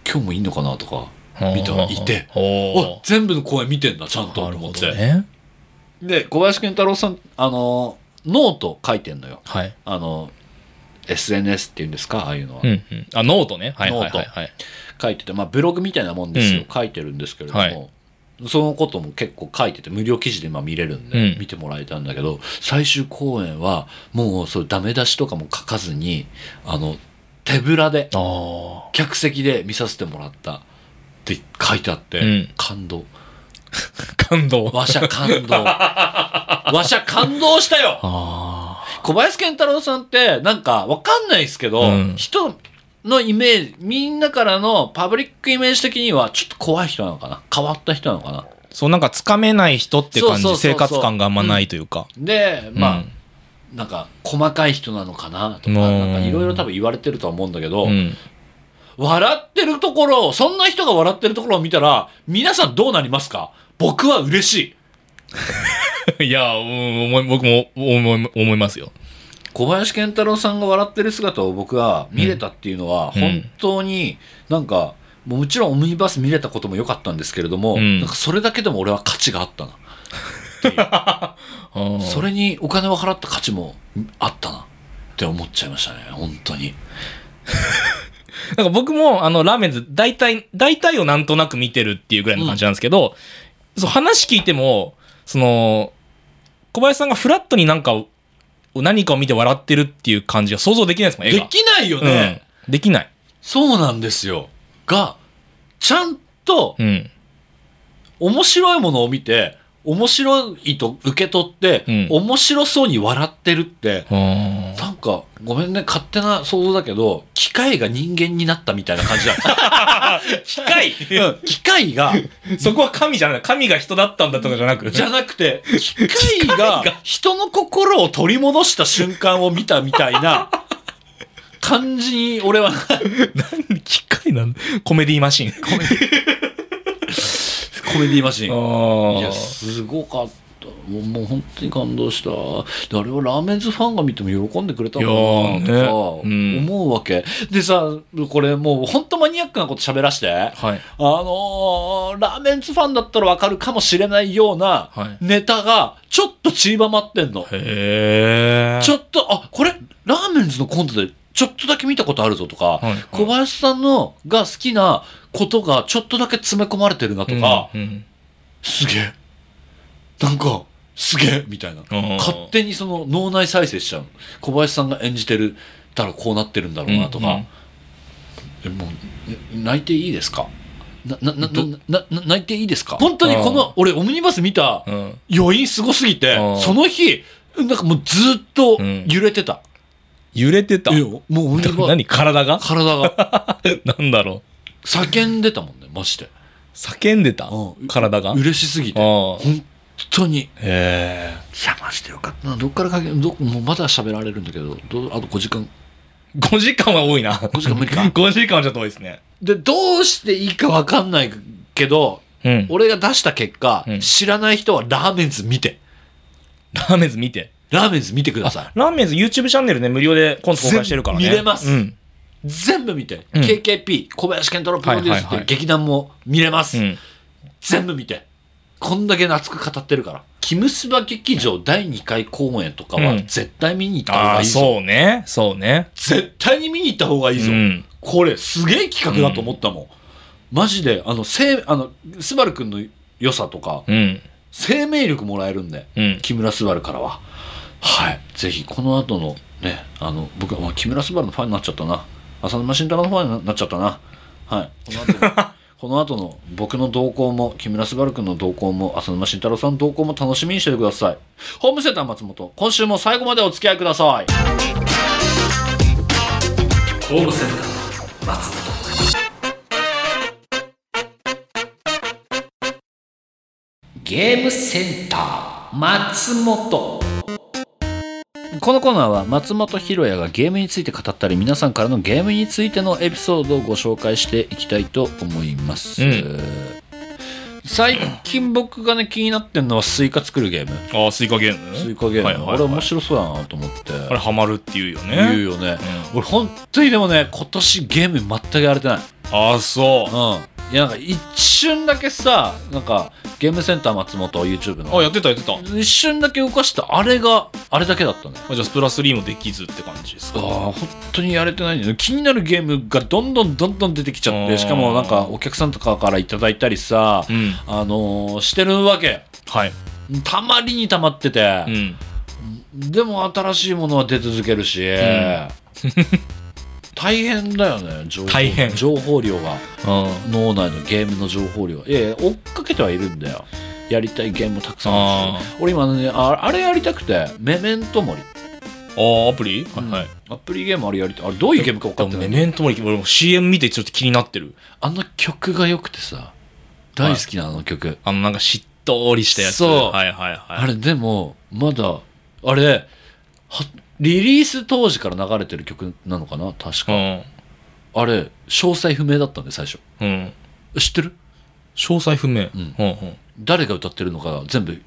S1: 今日もいんのかなとか見たらいて
S2: お
S1: あ
S2: お。
S1: 全部の公演見てんだちゃんとと
S2: なる
S1: 思
S2: ほ
S1: って、
S2: どね。
S1: で小林健太郎さんあのノート書いてんのよ
S2: はい。
S1: あの SNS っていうんですかああいうのは、
S2: うんうん。あ、ノートね。はいはいはい
S1: ノ
S2: はい。
S1: 書いてて、まあ、ブログみたいなもんですよ、
S2: うん
S1: 書いてるんですけれども、
S2: はい
S1: そのことも結構書いてて無料記事で今見れるんで、
S2: うん
S1: 見てもらえたんだけど最終公演はもうそういうダメ出しとかも書かずにあの手ぶらで
S2: ああ。
S1: 客席で見させてもらったって書いてあって、
S2: うん
S1: 感動
S2: 感動。
S1: わしゃ感 動わしゃ感動したよ
S2: あ
S1: 小林健太郎さんってなんかわかんないですけど、
S2: うん
S1: 人のイメージみんなからのパブリックイメージ的にはちょっと怖い人なのかな変わった人なのかな
S2: そうなんかつかめない人って感じ
S1: そうそうそうそう
S2: 生活感があんまないというか、
S1: で
S2: うん、
S1: まあ、なんか細かい人なのかなとか
S2: うん
S1: なんかいろいろ多分言われてるとは思うんだけど、
S2: うん
S1: 笑ってるところをそんな人が笑ってるところを見たら皆さんどうなりますか僕は嬉しい
S2: いや、うん、思い僕も思い思いますよ
S1: 小林健太郎さんが笑ってる姿を僕は見れたっていうのは
S2: うん
S1: 本当になんかもうもちろんオムニバス見れたことも良かったんですけれども、
S2: うん
S1: なんかそれだけでも俺は価値があったな、そ
S2: それ
S1: れにお金を払った価値もあったなって思っちゃいましたね本当に
S2: なんか僕もあのラーメンズ大体大体をなんとなく見てるっていうぐらいの感じなんですけど、そう話聞いてもその小林さんがフラットになんかを何かを見て笑ってるっていう感じが想像できないですもん
S1: で
S2: 映画
S1: きないよね、
S2: うん、できない、
S1: そうなんですよがちゃんと
S2: うん、
S1: 面白いものを見て面白いと受け取って、
S2: うん
S1: 面白そうに笑ってるって
S2: あー
S1: なんかごめんね勝手な想像だけど機械が人間になったみたいな感じだった
S2: 機械
S1: うん機械が
S2: そこは神じゃない。神が人だったんだとかじゃなく。
S1: じゃなくて機械が
S2: 機械が
S1: 人の心を取り戻した瞬間を見たみたいな感じに俺は
S2: 何機械なんコメディマ シン。
S1: コメディマシンい
S2: あ
S1: やすごかったもうもう本当に感動したであれはラーメンズファンが見ても喜んでくれたのか
S2: い
S1: な
S2: や
S1: と
S2: ー
S1: か
S2: ねうん
S1: 思うわけ、でさこれもう本当マニアックなこと喋らしてあ
S2: あ。はい。
S1: のーラーメンズファンだったらわかるかもしれないような
S2: はい
S1: ネタがちょっと散りばまってんの、
S2: へえ。
S1: ちょっとあこれラーメンズのコントでちょっとだけ見たことあるぞとか、
S2: はい
S1: 小林さんのが好きなことがちょっとだけ詰め込まれてるなとか、
S2: うんうん
S1: すげえなんかすげえみたいな
S2: うん
S1: 勝手にその脳内再生しちゃう小林さんが演じてるたらこうなってるんだろうなとか、えもうえ泣いていいですかなななななな泣いていいですか本当にこ
S2: うん
S1: の俺オムニバス見た
S2: うんうん
S1: 余韻すごすぎて
S2: うん
S1: その日なんかもうずっと揺れてた、
S2: 揺れてた。
S1: いやもうオムニバ
S2: 何体が
S1: 体が
S2: なんだろう。
S1: 叫んでたもんねマジで
S2: 叫んでた
S1: うん
S2: 体が。
S1: 嬉しすぎて
S2: ああ。
S1: 本当に
S2: へえ。
S1: いや、マジでよかったな。どっからかけ、どもうまだ喋られるんだけど、どうあと5時間。
S2: 5時間は多いな。5
S1: 時間無理 か
S2: 5時間はちょっと多いですね。
S1: で、どうしていいかわかんないけど、
S2: うん。
S1: 俺が出した結果、
S2: うん
S1: 知らない人はラーメンズ見て。
S2: ラーメンズ見て。
S1: ラーメンズ見てくださ
S2: ラーメンズ YouTube チャンネルで無料でコント公開してるからね。
S1: 全部見れます
S2: うん。
S1: い。全部見て。
S2: うん
S1: KKP、小林健太郎プロデュース
S2: はいはい
S1: っ
S2: は
S1: て
S2: い
S1: 劇団も見れます。
S2: うん。
S1: 全部見て。こんだけ熱く語ってるから。キムスバ劇場第2回公演とかは
S2: うん
S1: 絶対見に行った方
S2: あ
S1: がい
S2: あ、
S1: いぞ。
S2: そうね。そうね。
S1: 絶対に見に行った方がいいうぞ。
S2: ん。
S1: これすげえ企画だと思ったもん、マジであの生あのスバル君の良さとか
S2: うん。
S1: 生命力もらえるんで、
S2: うん。
S1: 木村昴からははいぜひこの後のねあの僕はまあ木村昴のファンになっちゃったな浅沼慎太郎のファンになっちゃったなはいこの後の この後の僕の動向も木村昴君の動向も浅沼慎太郎さんの動向も楽しみにしててくださいホームセンター松本今週も最後までお付き合いくださいホームセンターゲームセンター松本このコーナーは松本ひろやがゲームについて語ったり皆さんからのゲームについてのエピソードをご紹介していきたいと思います、
S2: うん
S1: 最近僕がね気になってるのはスイカ作るゲーム
S2: ああ、スイカゲーム
S1: スイカゲーム、
S2: はいはいはい
S1: 俺面白そうだなと思って
S2: あれ、ハマるっていうよね。
S1: 言うよね、
S2: う
S1: 俺本当にでもね今年ゲーム全くやれてない
S2: ああ、そう。
S1: うんいやなんか一瞬だけさなんかゲームセンター松本 YouTube の
S2: あ、やってたやってた。
S1: 一瞬だけ動かしたあれがあれだけだったね
S2: あじゃあスプラ3もできずって感じです
S1: ああ
S2: か
S1: 本当にやれてないんだよね気になるゲームがどんどんどんどん出てきちゃっ
S2: あ
S1: て
S2: ー
S1: しかもなんかお客さんとかからいただいたりさ
S2: うん
S1: あのーしてるわけ
S2: はい、
S1: たまりにたまってて
S2: う、ん、
S1: でも新しいものは出続けるし、大変だよね情報
S2: 大変
S1: 情報量が
S2: あ
S1: 脳内のゲームの情報量いやいや追っかけてはいるんだよやりたいゲームたくさんあるし俺今ねああれやりたくてメメントモリ
S2: あアプリ、はいはい
S1: アプリゲームあれやりたいあれどういうゲームか分かってな
S2: メ
S1: い
S2: メントモリ俺も CM 見てちょっと気になってる
S1: あの曲が良くてさ大好きなあの曲、
S2: あのなんかしっとりしたやつ
S1: そう
S2: はいはいはい
S1: あれでもまだあれはリリース当時から流れてる曲なのかな確か、あれ詳細不明だったんで最初
S2: うん、うん、
S1: 知ってる
S2: 詳細不明、うんうん
S1: 誰が歌ってるのか全部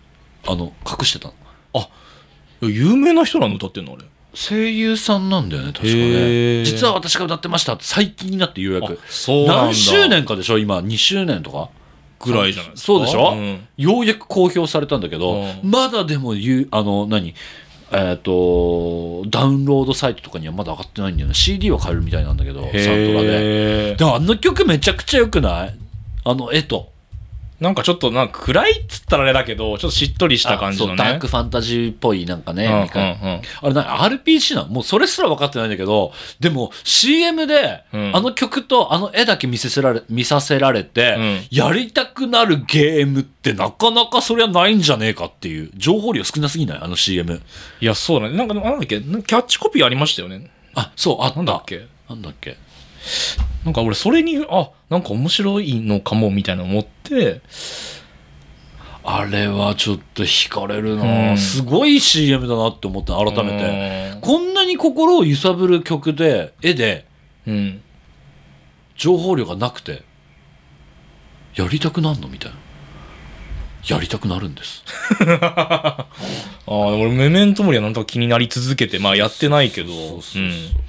S1: あの隠してたの
S2: いや有名な人なの歌ってんのあれ
S1: 声優さんなんだよね確か
S2: へ
S1: ね
S2: ー
S1: 実は私が歌ってましたって最近になってようやく
S2: そうなんだ
S1: 何周年かでしょ今2周年とか
S2: ぐらいじゃないですか
S1: そうでしょ、
S2: うん
S1: ようやく公表されたんだけど、
S2: うん
S1: まだでも言うあの何えっ、とダウンロードサイトとかにはまだ上がってないんだよね CD は買えるみたいなんだけどサントラで
S2: へえ
S1: であの曲めちゃくちゃ良くないあの絵と
S2: なんかちょっとなんか暗いっつったらあれだけどちょっとしっとりした感じ
S1: あそ
S2: の
S1: う
S2: ね
S1: ダークファンタジーっぽいなんかね、
S2: うんうん
S1: みたいなあれ何 RPG なのもうそれすら分かってないんだけど、でも CM で、
S2: うん
S1: あの曲とあの絵だけ見せせられ、見させられて、
S2: うん
S1: やりたくなるゲームってなかなかそりゃないんじゃねえかっていう、情報量少なすぎないあの CM。
S2: いやそうだねなんかでもなんだっけなんかキャッチコピーありましたよね
S1: あ、そう、あった。
S2: なんだっけ
S1: なんだっけ
S2: なんか俺それにあなんか面白いのかもみたいな思って
S1: あれはちょっと惹かれる
S2: う
S1: な、
S2: ん
S1: すごい CM だなって思った、改めて。
S2: て
S1: こんなに心を揺さぶる曲で、絵で、
S2: うん
S1: 情報量がなくてやりたくなんのみたいなやりたくなるんです
S2: ああ俺メメントモリはなんとか気になり続けてまあやってないけどうん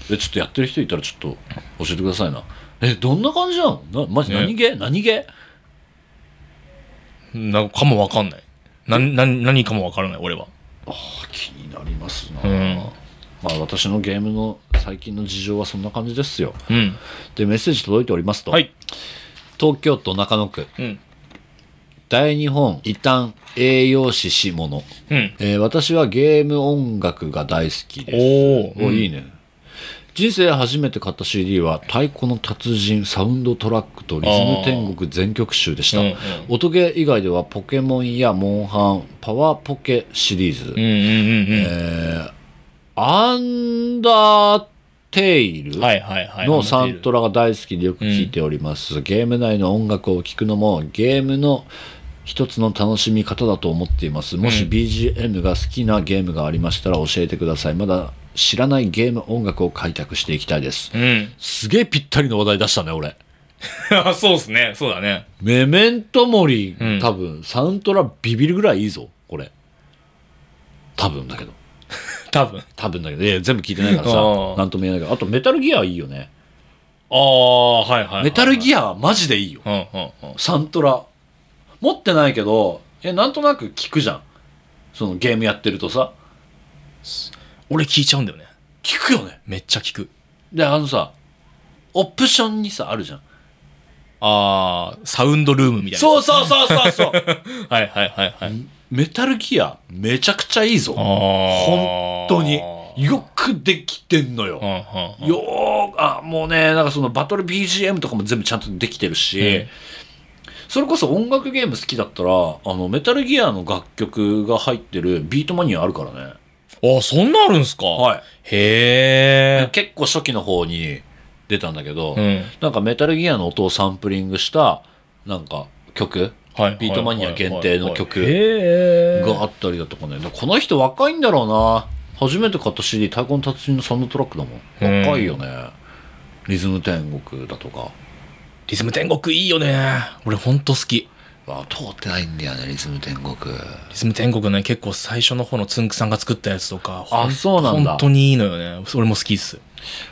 S1: えちょっとやってる人いたらちょっと教えてくださいなえどんな感じなのなマジ
S2: ね
S1: 何ゲー、何ゲー
S2: なんかもわかんない。なん、なん、何かもわからない、俺は。
S1: 気になりますな、
S2: うん。
S1: まあ私のゲームの最近の事情はそんな感じですよ
S2: うん。
S1: でメッセージ届いておりますと、
S2: はい。
S1: 東京都中野区
S2: うん。
S1: 大日本異端栄養士し者、
S2: うん。
S1: えー私はゲーム音楽が大好きです
S2: おー。
S1: おい
S2: い。
S1: いね人生初めて買った CD は「太鼓の達人」サウンドトラックと「リズム天国」全曲集でした、
S2: うんうん
S1: 音ゲー以外では「ポケモン」や「モンハン」「パワーポケ」シリーズ「
S2: うんうんうんう
S1: アンダーテイル」
S2: ん。はいはいはい。
S1: のサントラが大好きでよく聴いております、ゲーム内の音楽を聴くのもゲームの一つの楽しみ方だと思っていますもし BGM が好きなゲームがありましたら教えてくださいまだ知らないゲーム音楽を開拓していきたいです
S2: うん。
S1: すげえぴったりの話題出したね俺
S2: あ そうっすね。そうだね。
S1: メメントモリー、
S2: うん
S1: 多分サントラビビるぐらいいいぞこれ多分だけど
S2: 多分。
S1: 多分だけどいや全部聞いてないからさ
S2: あー
S1: なんとも言え ないけどあとメタルギアいいよね
S2: ああ、はいはいはい。
S1: メタルギアはマジでいいよ
S2: うんうんうん。
S1: サントラ持ってないけどえなんとなく聞くじゃんそのゲームやってるとさ
S2: 俺聞いちゃうんだよね。
S1: 聞くよね
S2: めっちゃ聞く。
S1: であのさオプションにさあるじゃん
S2: ああ、サウンドルームみたいな。
S1: そうそうそうそうそう
S2: はいはいはいはい。
S1: メタルギアめちゃくちゃいいぞ
S2: ああ。
S1: 本当によくできてんのよ
S2: うんうんうん。
S1: よーあもうねなんかそのバトル BGM とかも全部ちゃんとできてるし、
S2: うん
S1: それこそ音楽ゲーム好きだったらあのメタルギアの楽曲が入ってるビートマニアあるからね
S2: ああ、そんなあるんすか
S1: はい
S2: へえ。
S1: 結構初期の方に出たんだけど、
S2: うん。
S1: なんかメタルギアの音をサンプリングしたなんか曲
S2: はい
S1: ビートマニア限定の曲
S2: はいはいはいへー
S1: があったりだとかね、だからこの人若いんだろうな初めて買った CD「太鼓の達人」のサウンドトラックだもん
S2: うん
S1: 若いよね、リズム天国だとか
S2: リズム天国いいよね。俺ほんと好き。
S1: わ通ってないんだよねリズム天国
S2: リズム天国ね、結構最初の方のつんくさんが作ったやつとか。ほ
S1: あそうなんだ
S2: 本当にいいのよね。俺も好きっす。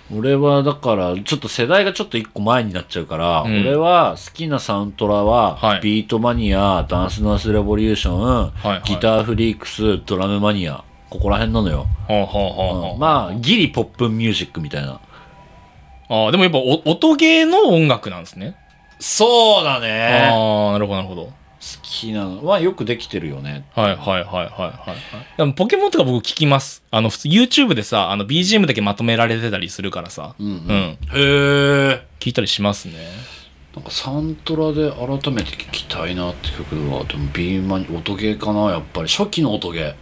S1: 俺はだからちょっと世代がちょっと一個前になっちゃうから、
S2: うん
S1: 俺は好きなサントラは、
S2: はい
S1: ビートマニアダンスダンスレボリューション、
S2: いはい
S1: ギターフリークスドラムマニアここら辺なのよ、
S2: はあ、はあはあ
S1: うんまあギリポップミュージックみたいな
S2: あーでもやっぱお音ゲーの音楽なんですね。
S1: そうだ好
S2: ああ、なるほど、なるほど。
S1: きなのはよくできてるよね
S2: はいはいはいはいはいはい。でもポケモンとか僕聞きます。あの、普通 YouTube でさ、あの BGM だけまとめられてたりするからさ。
S1: うんうん
S2: うん。
S1: へえ
S2: 聞いたりしますね。
S1: なんかサントラで改めて聞きたいなって曲はでもビーマニ音ゲーかなやっぱり初期の音ゲー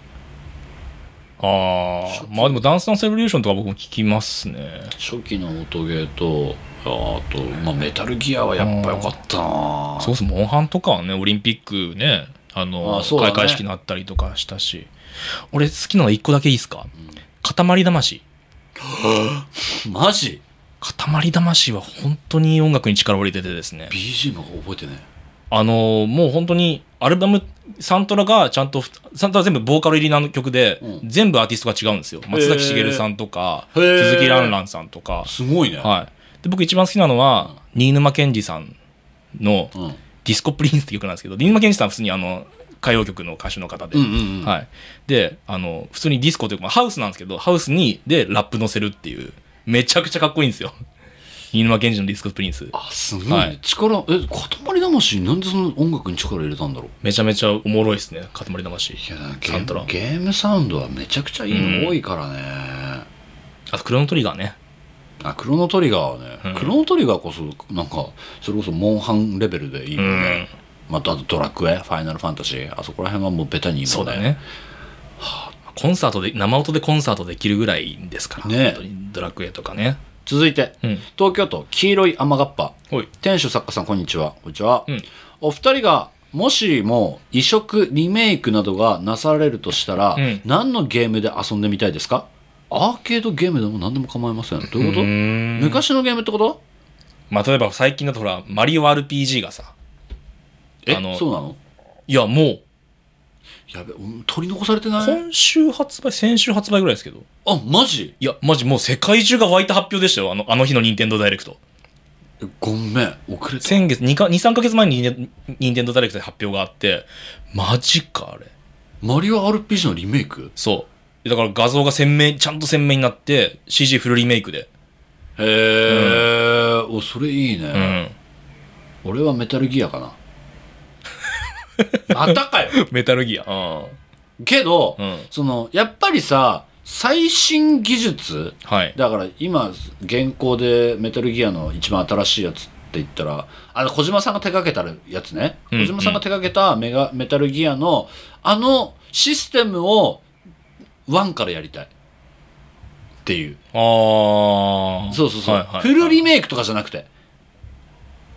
S2: ああ、まあでもダンスダンスレボリューションとか僕も聞きますね。
S1: 初期の音ゲーとああと、まあ、メタルギアはやっぱ良かったな
S2: そうですモンハンとかはねオリンピックねあの
S1: あそうだね
S2: 開会式になったりとかしたし俺好きなの1個だけいいですか、塊魂
S1: マジ
S2: 塊魂は本当に音楽に力を入れててですね
S1: BGM が覚えてね
S2: あのもう本当にアルバムサントラがちゃんとふサントラ全部ボーカル入りなの曲で、
S1: うん
S2: 全部アーティストが違うんですよ松崎しげるさんとか
S1: へー
S2: 鈴木蘭蘭さんとか、
S1: すごいね、
S2: はい、で僕一番好きなのは、新沼謙治さんの
S1: うん、うん
S2: 「ディスコプリンス」って曲なんですけど新沼謙治さんは普通にあの歌謡曲の歌手の方で、
S1: うんうんうん
S2: はい、であの普通にディスコというか、まあ、ハウスなんですけどハウスにでラップ乗せるっていうめちゃくちゃかっこいいんですよ飯沼源氏のディスコプリンス
S1: あすごい、
S2: はい
S1: 力え塊魂なんでその音楽に力入れたんだろう
S2: めちゃめちゃおもろいですね塊魂
S1: いやゲ
S2: サント
S1: ー
S2: ラ
S1: ムゲームサウンドはめちゃくちゃいいの
S2: うん
S1: 多いからね、
S2: あとクロノトリガーね
S1: あクロノトリガーはね、
S2: うん
S1: クロノトリガーこそなんかそれこそモンハンレベルでいいよ
S2: う
S1: ね
S2: ん、
S1: またあとドラクエファイナルファンタジーあそこら辺はもうベタにいい
S2: そ
S1: も
S2: うんだねコンサートで生音でコンサートできるぐらいですから
S1: ね
S2: 本当にドラクエとかね
S1: 続いて、
S2: うん
S1: 東京都黄色い雨がっぱ
S2: ほい
S1: 店主作家さんこんにちはこんにちは、
S2: うん
S1: お二人がもしも移植リメイクなどがなされるとしたら、
S2: うん
S1: 何のゲームで遊んでみたいですかアーケードゲームでも何でも構いませんどういうこと
S2: うーん
S1: 昔のゲームってこと
S2: まあ例えば最近だとほらマリオ RPG がさ
S1: え
S2: あの
S1: そうなの
S2: いやもう
S1: やべうん取り残されてない
S2: 今週発売先週発売ぐらいですけど
S1: あマジ
S2: いやマジもう世界中が湧いた発表でしたよあのあの日の任天堂ダイレクト
S1: えごめん遅れた
S2: 先月23か月前に任天任天堂ダイレクトで発表があってマジかあれ
S1: マリオ RPG のリメイク
S2: そうだから画像が鮮明ちゃんと鮮明になって CG フルリメイクで
S1: へえ、おそれいいね、
S2: うん
S1: 俺はメタルギアか なまたかよ
S2: メタルギア
S1: けど、
S2: うん
S1: そのやっぱりさ最新技術
S2: はい
S1: だから今現行でメタルギアの一番新しいやつって言ったらあの小島さんが手掛けたやつね、
S2: うん
S1: 小島さんが手掛けたメガメタルギアのあのシステムを1からやりたいっていう
S2: ああ
S1: そうそうそう、
S2: はいはいはい
S1: フルリメイクとかじゃなくて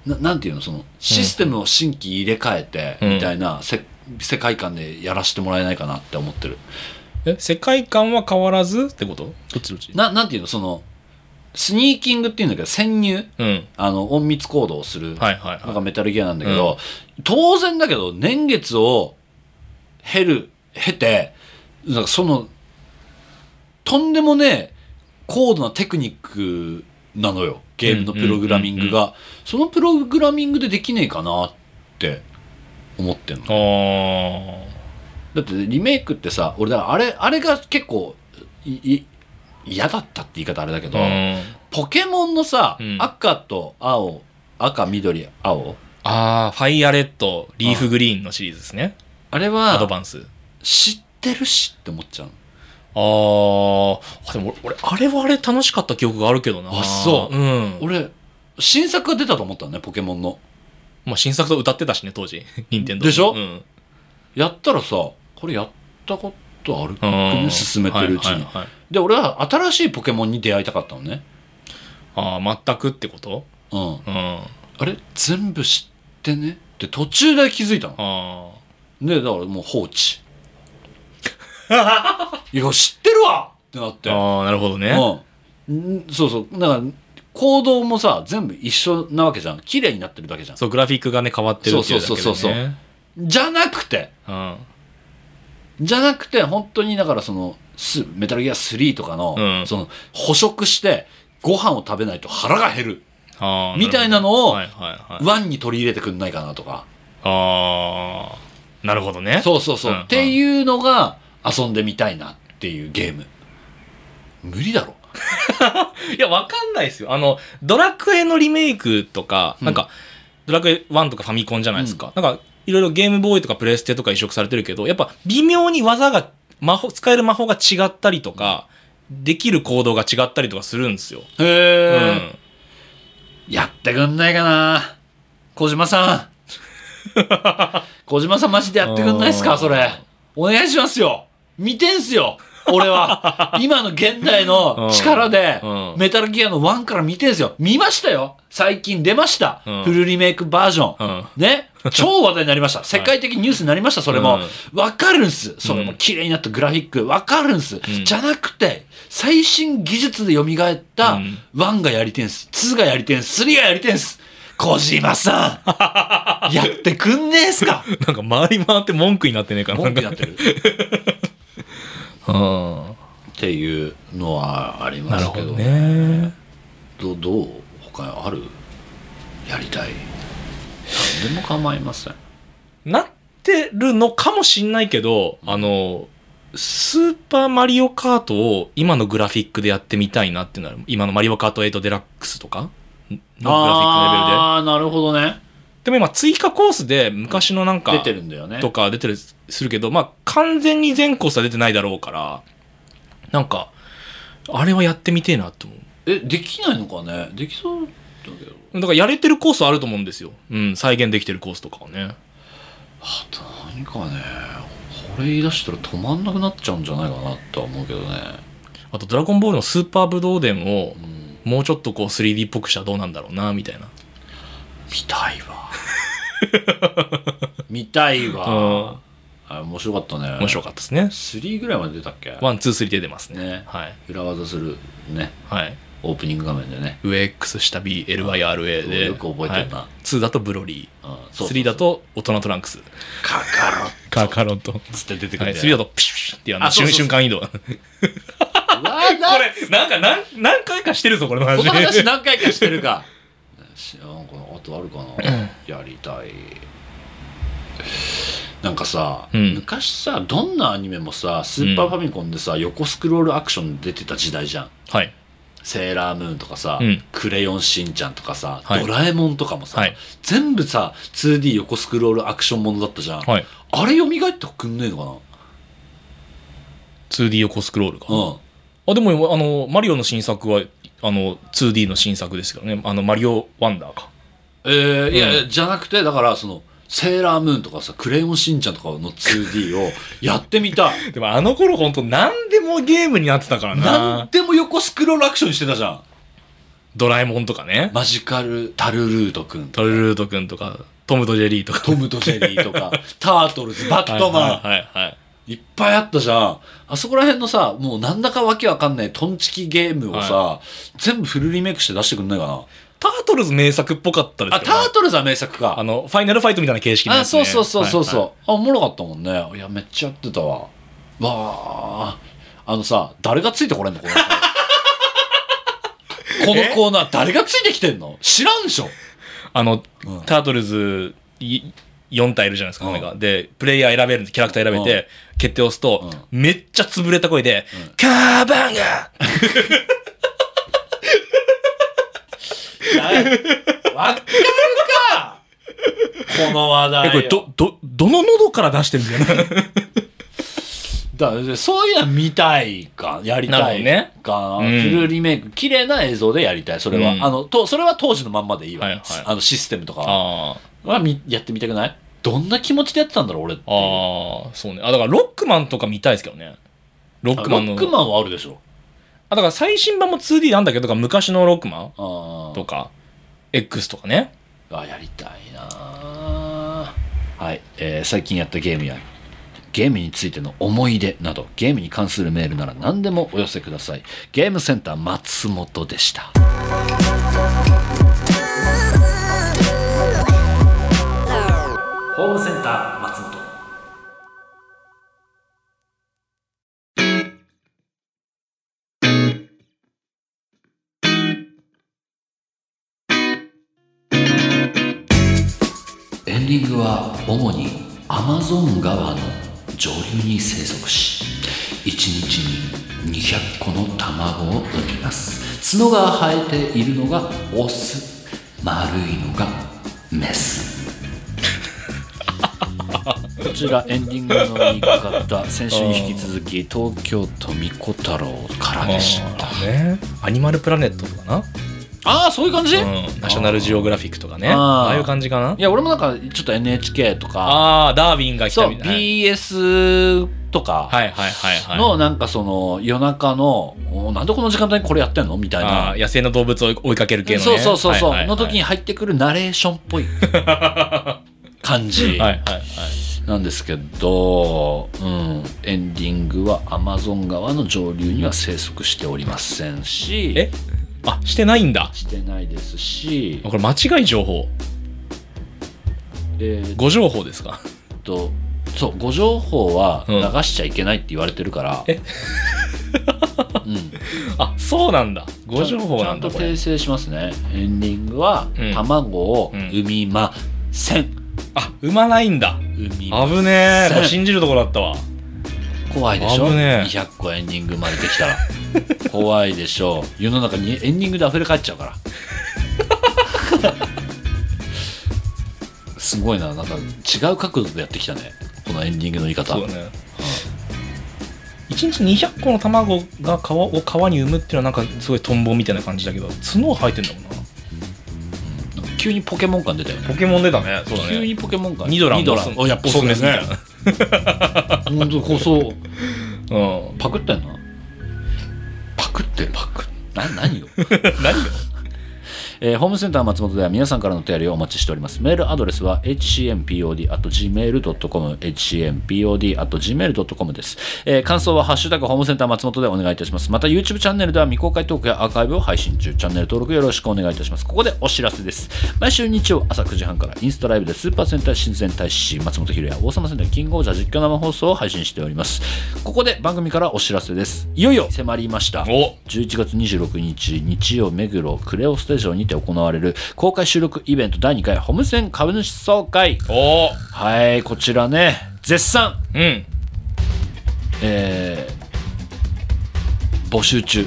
S1: ななんていうのそのシステムを新規入れ替えて
S2: うん
S1: みたいな、せ世界観でやらせてもらえないかなって思ってる
S2: え世界観は変わらずってことどっちどっち
S1: ななんていうのそのスニーキングっていうんだけど潜入
S2: うん
S1: あの隠密行動をする
S2: はいはい
S1: の
S2: は
S1: がメタルギアなんだけど、当然だけど年月を経る経てなんかそのとんでもねえ高度なテクニックなのよゲームのプログラミングが、そのプログラミングでできねえかなって思ってんの
S2: いああ
S1: だってリメイクってさ俺だからあれあれが結構いい嫌だったって言い方あれだけど、
S2: うん
S1: ポケモンのさ、
S2: うん
S1: 赤と青赤緑青
S2: ああファイアレッドリーフグリーンのシリーズですね
S1: あれ
S2: アド
S1: は
S2: バンス
S1: 知ってるしって思っちゃうの
S2: あーあでも俺俺あれはあれ楽しかった記憶があるけどな
S1: あそう
S2: うん
S1: 俺新作が出たと思ったのねポケモンの
S2: まあ、新作と歌ってたしね当時 任天堂
S1: でしょ
S2: うん
S1: やったらさこれやったことあるって
S2: う
S1: ね
S2: ん
S1: 進めてるうちに、
S2: はいはいはい
S1: で俺は新しいポケモンに出会いたかったのね
S2: ああ全くってこと
S1: うん
S2: うんあ
S1: あれ全部知ってねって途中で気づいたの
S2: あ
S1: でだからもう放 置いや知ってるわってなって
S2: ああなるほどね
S1: うんんそうそうだから行動もさ全部一緒なわけじゃん綺麗になってるだけじゃん
S2: そうグラフィックがね変わってるっていうだけで、ね、
S1: そうそうそうそうそう
S2: うん
S1: じゃなくて
S2: あ
S1: じゃなくて本当にだからそのスメタルギア3とかの,、
S2: うん
S1: その捕食してご飯を食べないと腹が減る
S2: あ
S1: みたいなのを
S2: はいはいはい
S1: ワンに取り入れてくんないかなとか
S2: ああなるほどね
S1: そうそうそう、
S2: うんうん
S1: っていうのが遊んでみたいなっていうゲーム無理だろ
S2: いや、わかんないですよ。あの、ドラクエのリメイクとか、
S1: うん
S2: なんか、ドラクエ1とかファミコンじゃないですか。なんか、いろいろゲームボーイとかプレステとか移植されてるけど、やっぱ微妙に技が、魔法、使える魔法が違ったりとか、できる行動が違ったりとかするんですよ。
S1: へ
S2: う
S1: え、
S2: ん。
S1: やってくんないかな小島さん 小島さんマジでやってくんないっす
S2: あ
S1: か
S2: ー
S1: それお願いしますよ見てんすよ俺 は今の現代の力で
S2: うんうん
S1: メタルギアの1から見てんすよ見ましたよ最近出ました、
S2: うん
S1: フルリメイクバージョン、
S2: うん。
S1: ね超話題になり ました世界的ニュースになりましたそれもわ、かるんすそれも綺麗になったグラフィックわかるんす、
S2: ん
S1: じゃなくて最新技術で蘇った
S2: うん
S1: 1がやりてんす2がやりてんす3がやりてんす小島さ んやってくんねえっすか
S2: なんか、回り回って文句になってねえかな。
S1: 文句になってるっ
S2: うん。
S1: ていうのはありま
S2: なる
S1: す
S2: ほ
S1: けど
S2: どね。
S1: どどう他あるやりたい何でも構いません
S2: なってるのかもしんないけど、あの、スーパーマリオカートを今のグラフィックでやってみたいなっていうのは、今のマリオカート8デラックスとか、のグラフィックレベルで。
S1: ああなるほどね
S2: でも今追加コースで昔のなんか、
S1: 出てるんだよね
S2: とか出てるするけど、まあ完全に全コースは出てないだろうから、なんか、あれはやってみてえなと思う。
S1: えできないのかねできそうだけど
S2: だからやれてるコースはあると思うんですよ。うん、再現できてるコースとかはね。
S1: あと何かねこれ言い出したら止まんなくなっちゃうんじゃないかなとは思うけどね
S2: あと、ドラゴンボールのスーパーブドウ伝
S1: う、ん
S2: をもうちょっとこう 3D っぽくしたらどうなんだろうな、みたいな。
S1: 見たいわ 見たいわあ面白かったね
S2: 面白かったですね。
S1: 3ぐらいまで出たっけ
S2: ワン、ツー、スリーで出ますね。
S1: ね
S2: はい。
S1: 裏技するね
S2: はい。
S1: オープニング画面でね、
S2: 上 X 下 B、LYRA で。
S1: よく覚えてるな
S2: はい2だとブロリ
S1: うん、
S2: ー。3だと大人トランクス。
S1: カカロッ
S2: カカロンと。
S1: つって出てく
S2: は
S1: る
S2: い、
S1: ん
S2: スピ
S1: だよ、
S2: ードとピシュッってやるの
S1: あそうそ
S2: 瞬
S1: うそう
S2: 瞬間移動。こ
S1: うわな
S2: れ、なんか何何回かしてるぞ、これの話。
S1: こ の話何回かしてるかしなんかあとあるかなやりたいなんかさ、
S2: うん
S1: 昔さどんなアニメもさスーパーファミコンでさ、横スクロールアクション出てた時代じゃん
S2: はい。
S1: セーラームーンとかさ、
S2: うん
S1: クレヨンしんちゃんとかさ、
S2: はい
S1: ドラえもんとかもさ、
S2: はい
S1: 全部さ 2D 横スクロールアクションものだったじゃん、
S2: はい。
S1: あれ蘇ってくんねえのか
S2: 2D 横スクロールか。
S1: なうん
S2: あ、でも、あの、マリオの新作は、あの、2D の新作ですけどね。あの、マリオワンダーか。
S1: えーいや、
S2: う
S1: じゃなくてだからそのセーラームーンとかさクレヨンしんちゃんとかの 2D をやってみたい
S2: でも、あの頃ほんと何でもゲームになってたから
S1: なん
S2: な。
S1: でも横スクロールアクションしてたじゃん
S2: ドラえもんとかね。
S1: マジカルタルルートくん
S2: トルルートくんとか、トムとジェリーとか。
S1: トムとジェリー とかタートルズバットマン、
S2: はいはいはいはい。
S1: いっぱいあったじゃんあそこら辺のさもうなんだかわけわかんないトンチキゲームをさ、全部フルリメイクして出してくんないかな
S2: タートルズ名作っぽかったです
S1: あ
S2: け
S1: タ
S2: どね
S1: ートルズは名作か
S2: あの、ファイナルファイトみたいな形式の
S1: あ
S2: やつね
S1: そうそうそうそうそう、
S2: はい
S1: あおもろかったもんねいやめっちゃやってたわわああのさ誰がついてこれんのこのこのコーナー誰がついてきてんの知らんでしょ
S2: はいあの、
S1: うん
S2: タートルズ4体いるじゃないですか、
S1: うん
S2: なんかでプレイヤー選べるんですキャラクター選べて、決定を押すと、めっちゃ潰れた声で「カーバンガー!
S1: わかるかこの話」題
S2: えこれどどどの喉から出してるんだよな
S1: だそういうのは見たいかやりたい
S2: なる
S1: か、
S2: どねうん
S1: フルリメイク綺麗な映像でやりたいそれは、
S2: うん
S1: あのとそれは当時のまんまでいいわ、
S2: はいはい
S1: あのシステムとかは
S2: あ
S1: はみやってみたくないどんな気持ちでやってたんだろう俺って
S2: あああそうねあだからロックマンとか見たいですけどねロックマンの
S1: ロックマンはあるでしょ
S2: あだから最新版も 2D なんだけどだから昔のロックマン
S1: あ
S2: とか X とかね
S1: ああやりたいなあはい、えー最近やったゲームやゲームについての思い出などゲームに関するメールなら何でもお寄せくださいゲームセンター松本でしたホームセンター松本エンディングは主にアマゾン川の上流に生息し1日に200個の卵を産みます角が生えているのがオス丸いのがメス こちらエンディングの言い方先週に引き続き東京都三子太郎からでした
S2: あーねアニマルプラネットとかな
S1: ああそういう感じ、い
S2: うんナショナルジオグラフィックとかね
S1: あー
S2: ああいう感じかな
S1: や俺もなんかちょっと NHK とか
S2: ああダーウィンが来
S1: そ
S2: た
S1: う
S2: みたい
S1: BS とか、
S2: なはいはいはいはい
S1: のなんかその夜中の「おなんでこの時間帯にこれやってんの?」みたい
S2: あ
S1: な
S2: ー野生の動物を追いかける系のね
S1: そうそうそうそう、
S2: はいはいは
S1: の
S2: い
S1: 時に入ってくるナレーションっ ぽい感じ
S2: はいはいはい
S1: なんですけど、うん、エンディングはアマゾン川の上流には生息しておりませんし
S2: えあしてないんだ
S1: してないですし
S2: これ間違い情報
S1: えーっ
S2: 誤情報ですか
S1: とそうご情報は
S2: うん
S1: 流しちゃいけないって言われてるから、
S2: え
S1: うん
S2: あそうなんだ誤情報なんだ
S1: ち
S2: こ
S1: ゃんと
S2: れ
S1: 訂正しますねエンディングは、
S2: うん
S1: 卵を
S2: うん
S1: 産みません
S2: あ産まないんだ
S1: 産みま
S2: 危ねえ
S1: せん
S2: もう信じるところだったわ
S1: 怖いでしょ、
S2: 危ねえ
S1: 200個エンディング生 まれてきたら怖いでしょ世の中にエンディングで溢れ返っちゃうから すごいななんか違う角度でやってきたねこのエンディングの言い方
S2: そうだね1日200個の卵が皮を皮に産むっていうのはなんかすごいトンボみたいな感じだけど角生えてんだもんな
S1: なんか急にポケモン感出たよね
S2: ポケモン出たねそうだ
S1: 急
S2: ね
S1: にポケモン感
S2: ニドラン
S1: ニドランおやっぱ
S2: そう
S1: そう
S2: で
S1: ですす
S2: ね
S1: ね本当こそう
S2: うん
S1: パクってんなパクってるパクな何よ
S2: 何よ
S1: えーホームセンター松本では皆さんからのお便りをお待ちしておりますメールアドレスは hcmpod.gmail.com hcmpod.gmail.com です、えー感想は「ハッシュタグホームセンター松本」でお願いいたしますまた YouTube チャンネルでは未公開トークやアーカイブを配信中チャンネル登録よろしくお願いいたしますここでお知らせです毎週日曜朝9時半からインスタライブでスーパー戦隊親善大使松本ひろや王様戦隊キングオージャー実況生放送を配信しておりますここで番組からお知らせですいよいよ迫りました
S2: お
S1: 11月26日日曜目黒クレオステーションにて行われる公開収録イベント第2回ホームセン株主総会
S2: お
S1: はいこちらね絶賛、
S2: うん
S1: えー募集中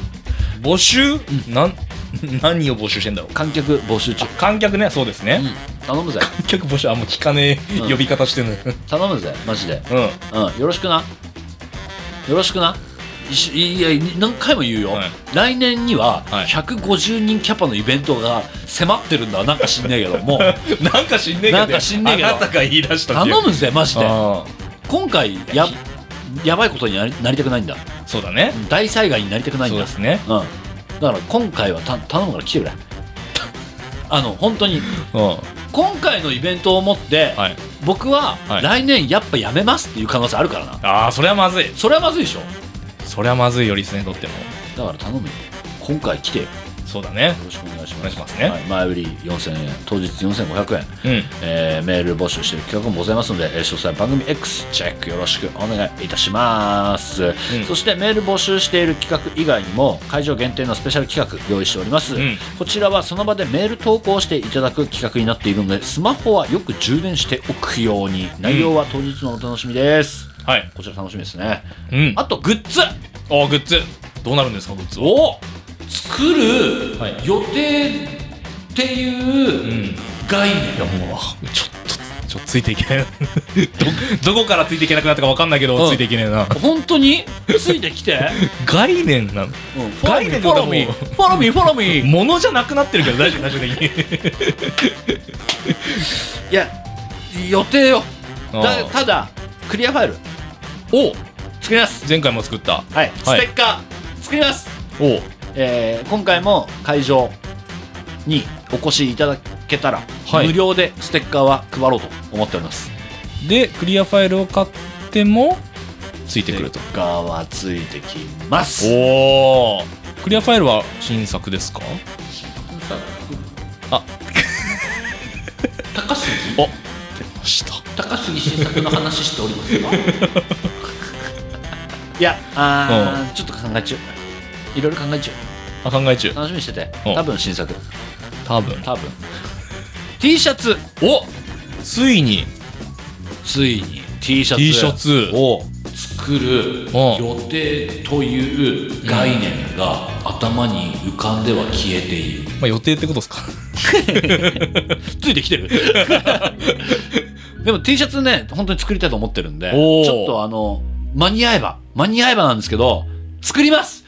S2: 募集なん 何を募集してんだろう
S1: 観客募集中
S2: 観客ねそうですね、
S1: 頼むぜ
S2: 観客募集あんま聞かねえ、呼び方してる
S1: 頼むぜマジで
S2: うんは
S1: うんよろしくなよろしくないしいや何回も言うよ、
S2: はい
S1: 来年には
S2: はい
S1: 150人キャパのイベントが迫ってるんだなんか知んねえけど もう
S2: なんか知んねえけど
S1: なんか知んねえけど
S2: あなたが言い出した
S1: 頼むぜマジで
S2: あ
S1: 今回ややばいことになりなりたくないんだ
S2: ーそうだね
S1: 大災害になりたくないん
S2: そう
S1: だ
S2: ですね
S1: うん、だから今回はた頼むから来てくれ あの本当に
S2: うんは
S1: 今回のイベントをもって、
S2: い
S1: 僕は
S2: はい
S1: 来年やっぱやめますっていう可能性あるからな
S2: ああそれはまずい
S1: それはまずいでしょ
S2: それはまずいよリスナーにとっても
S1: だから頼むよ今回来てよよ
S2: そうだね
S1: ろしくお願いします
S2: お願いしますね
S1: はい、前売り4000円当日4500円、
S2: うん
S1: えーメール募集している企画もございますので、えー詳細は番組 X チェックよろしくお願いいたします、そしてメール募集している企画以外にも会場限定のスペシャル企画用意しております、
S2: ん
S1: こちらはその場でメール投稿していただく企画になっているのでスマホはよく充電しておくように内容は当日のお楽しみです、
S2: はい
S1: こちら楽しみですね
S2: うん
S1: あとグッズ
S2: おグッズどうなるんですかグッズ
S1: を作る
S2: はい
S1: 予定っていう概念がもう
S2: ちょっとちょっとついていけない どどこからついていけなくなったかわかんないけど、
S1: うん
S2: ついていけねえな
S1: 本当についてきて
S2: 概念なの
S1: フォローミー
S2: 概念がもう
S1: フォローミーフォローミーフォローミー
S2: ものじゃなくなってるけど大丈夫大丈夫 的に
S1: いや予定よだ
S2: あー
S1: ただクリアファイル
S2: お
S1: 作ります
S2: 前回も作った
S1: はい、
S2: はい
S1: ステッカー作ります、
S2: おう
S1: えー今回も会場にお越しいただけたら、
S2: はい
S1: 無料でステッカーは配ろうと思っております
S2: でクリアファイルを買ってもついてくると
S1: ステッカーはついてきます
S2: おおクリアファイルは新作ですかあ
S1: 高杉
S2: お出ました
S1: 高杉新作の話しておりますよ いやあー、ちょっと考え中いろいろ考え中
S2: あ考え中
S1: 楽しみにしてて
S2: うん
S1: 多分新作
S2: 多分
S1: 多分 T シャツ
S2: おついに
S1: ついに T シャツ
S2: T シャツ
S1: を作る予定という概念が頭に浮かんでは消えている
S2: まあ予定ってことですか
S1: ついてきてるでも T シャツね本当に作りたいと思ってるんで
S2: おー
S1: ちょっとあの間に合えば間に合えばなんですけど作ります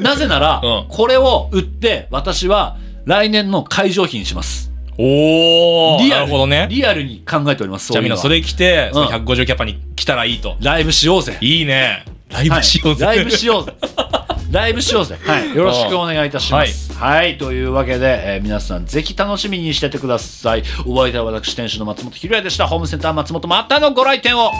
S1: なぜなら、
S2: うん
S1: これを売って私は来年の会場費にします
S2: おお
S1: リ
S2: な
S1: アル
S2: るほどね
S1: リアルに考えております
S2: じゃあみんなそ
S1: れ
S2: れ着て、
S1: うん
S2: その150キャパに来たらいいと
S1: ライブしようぜ
S2: いいねライブしようぜ、
S1: はい、ライブしよ うぜライブしようぜ、はい、よろしくお願いいたしますはい、というわけで、えー皆さんぜひ楽しみにしててくださいお相手は私店主の松本ひろやでしたホームセンター松本またのご来店を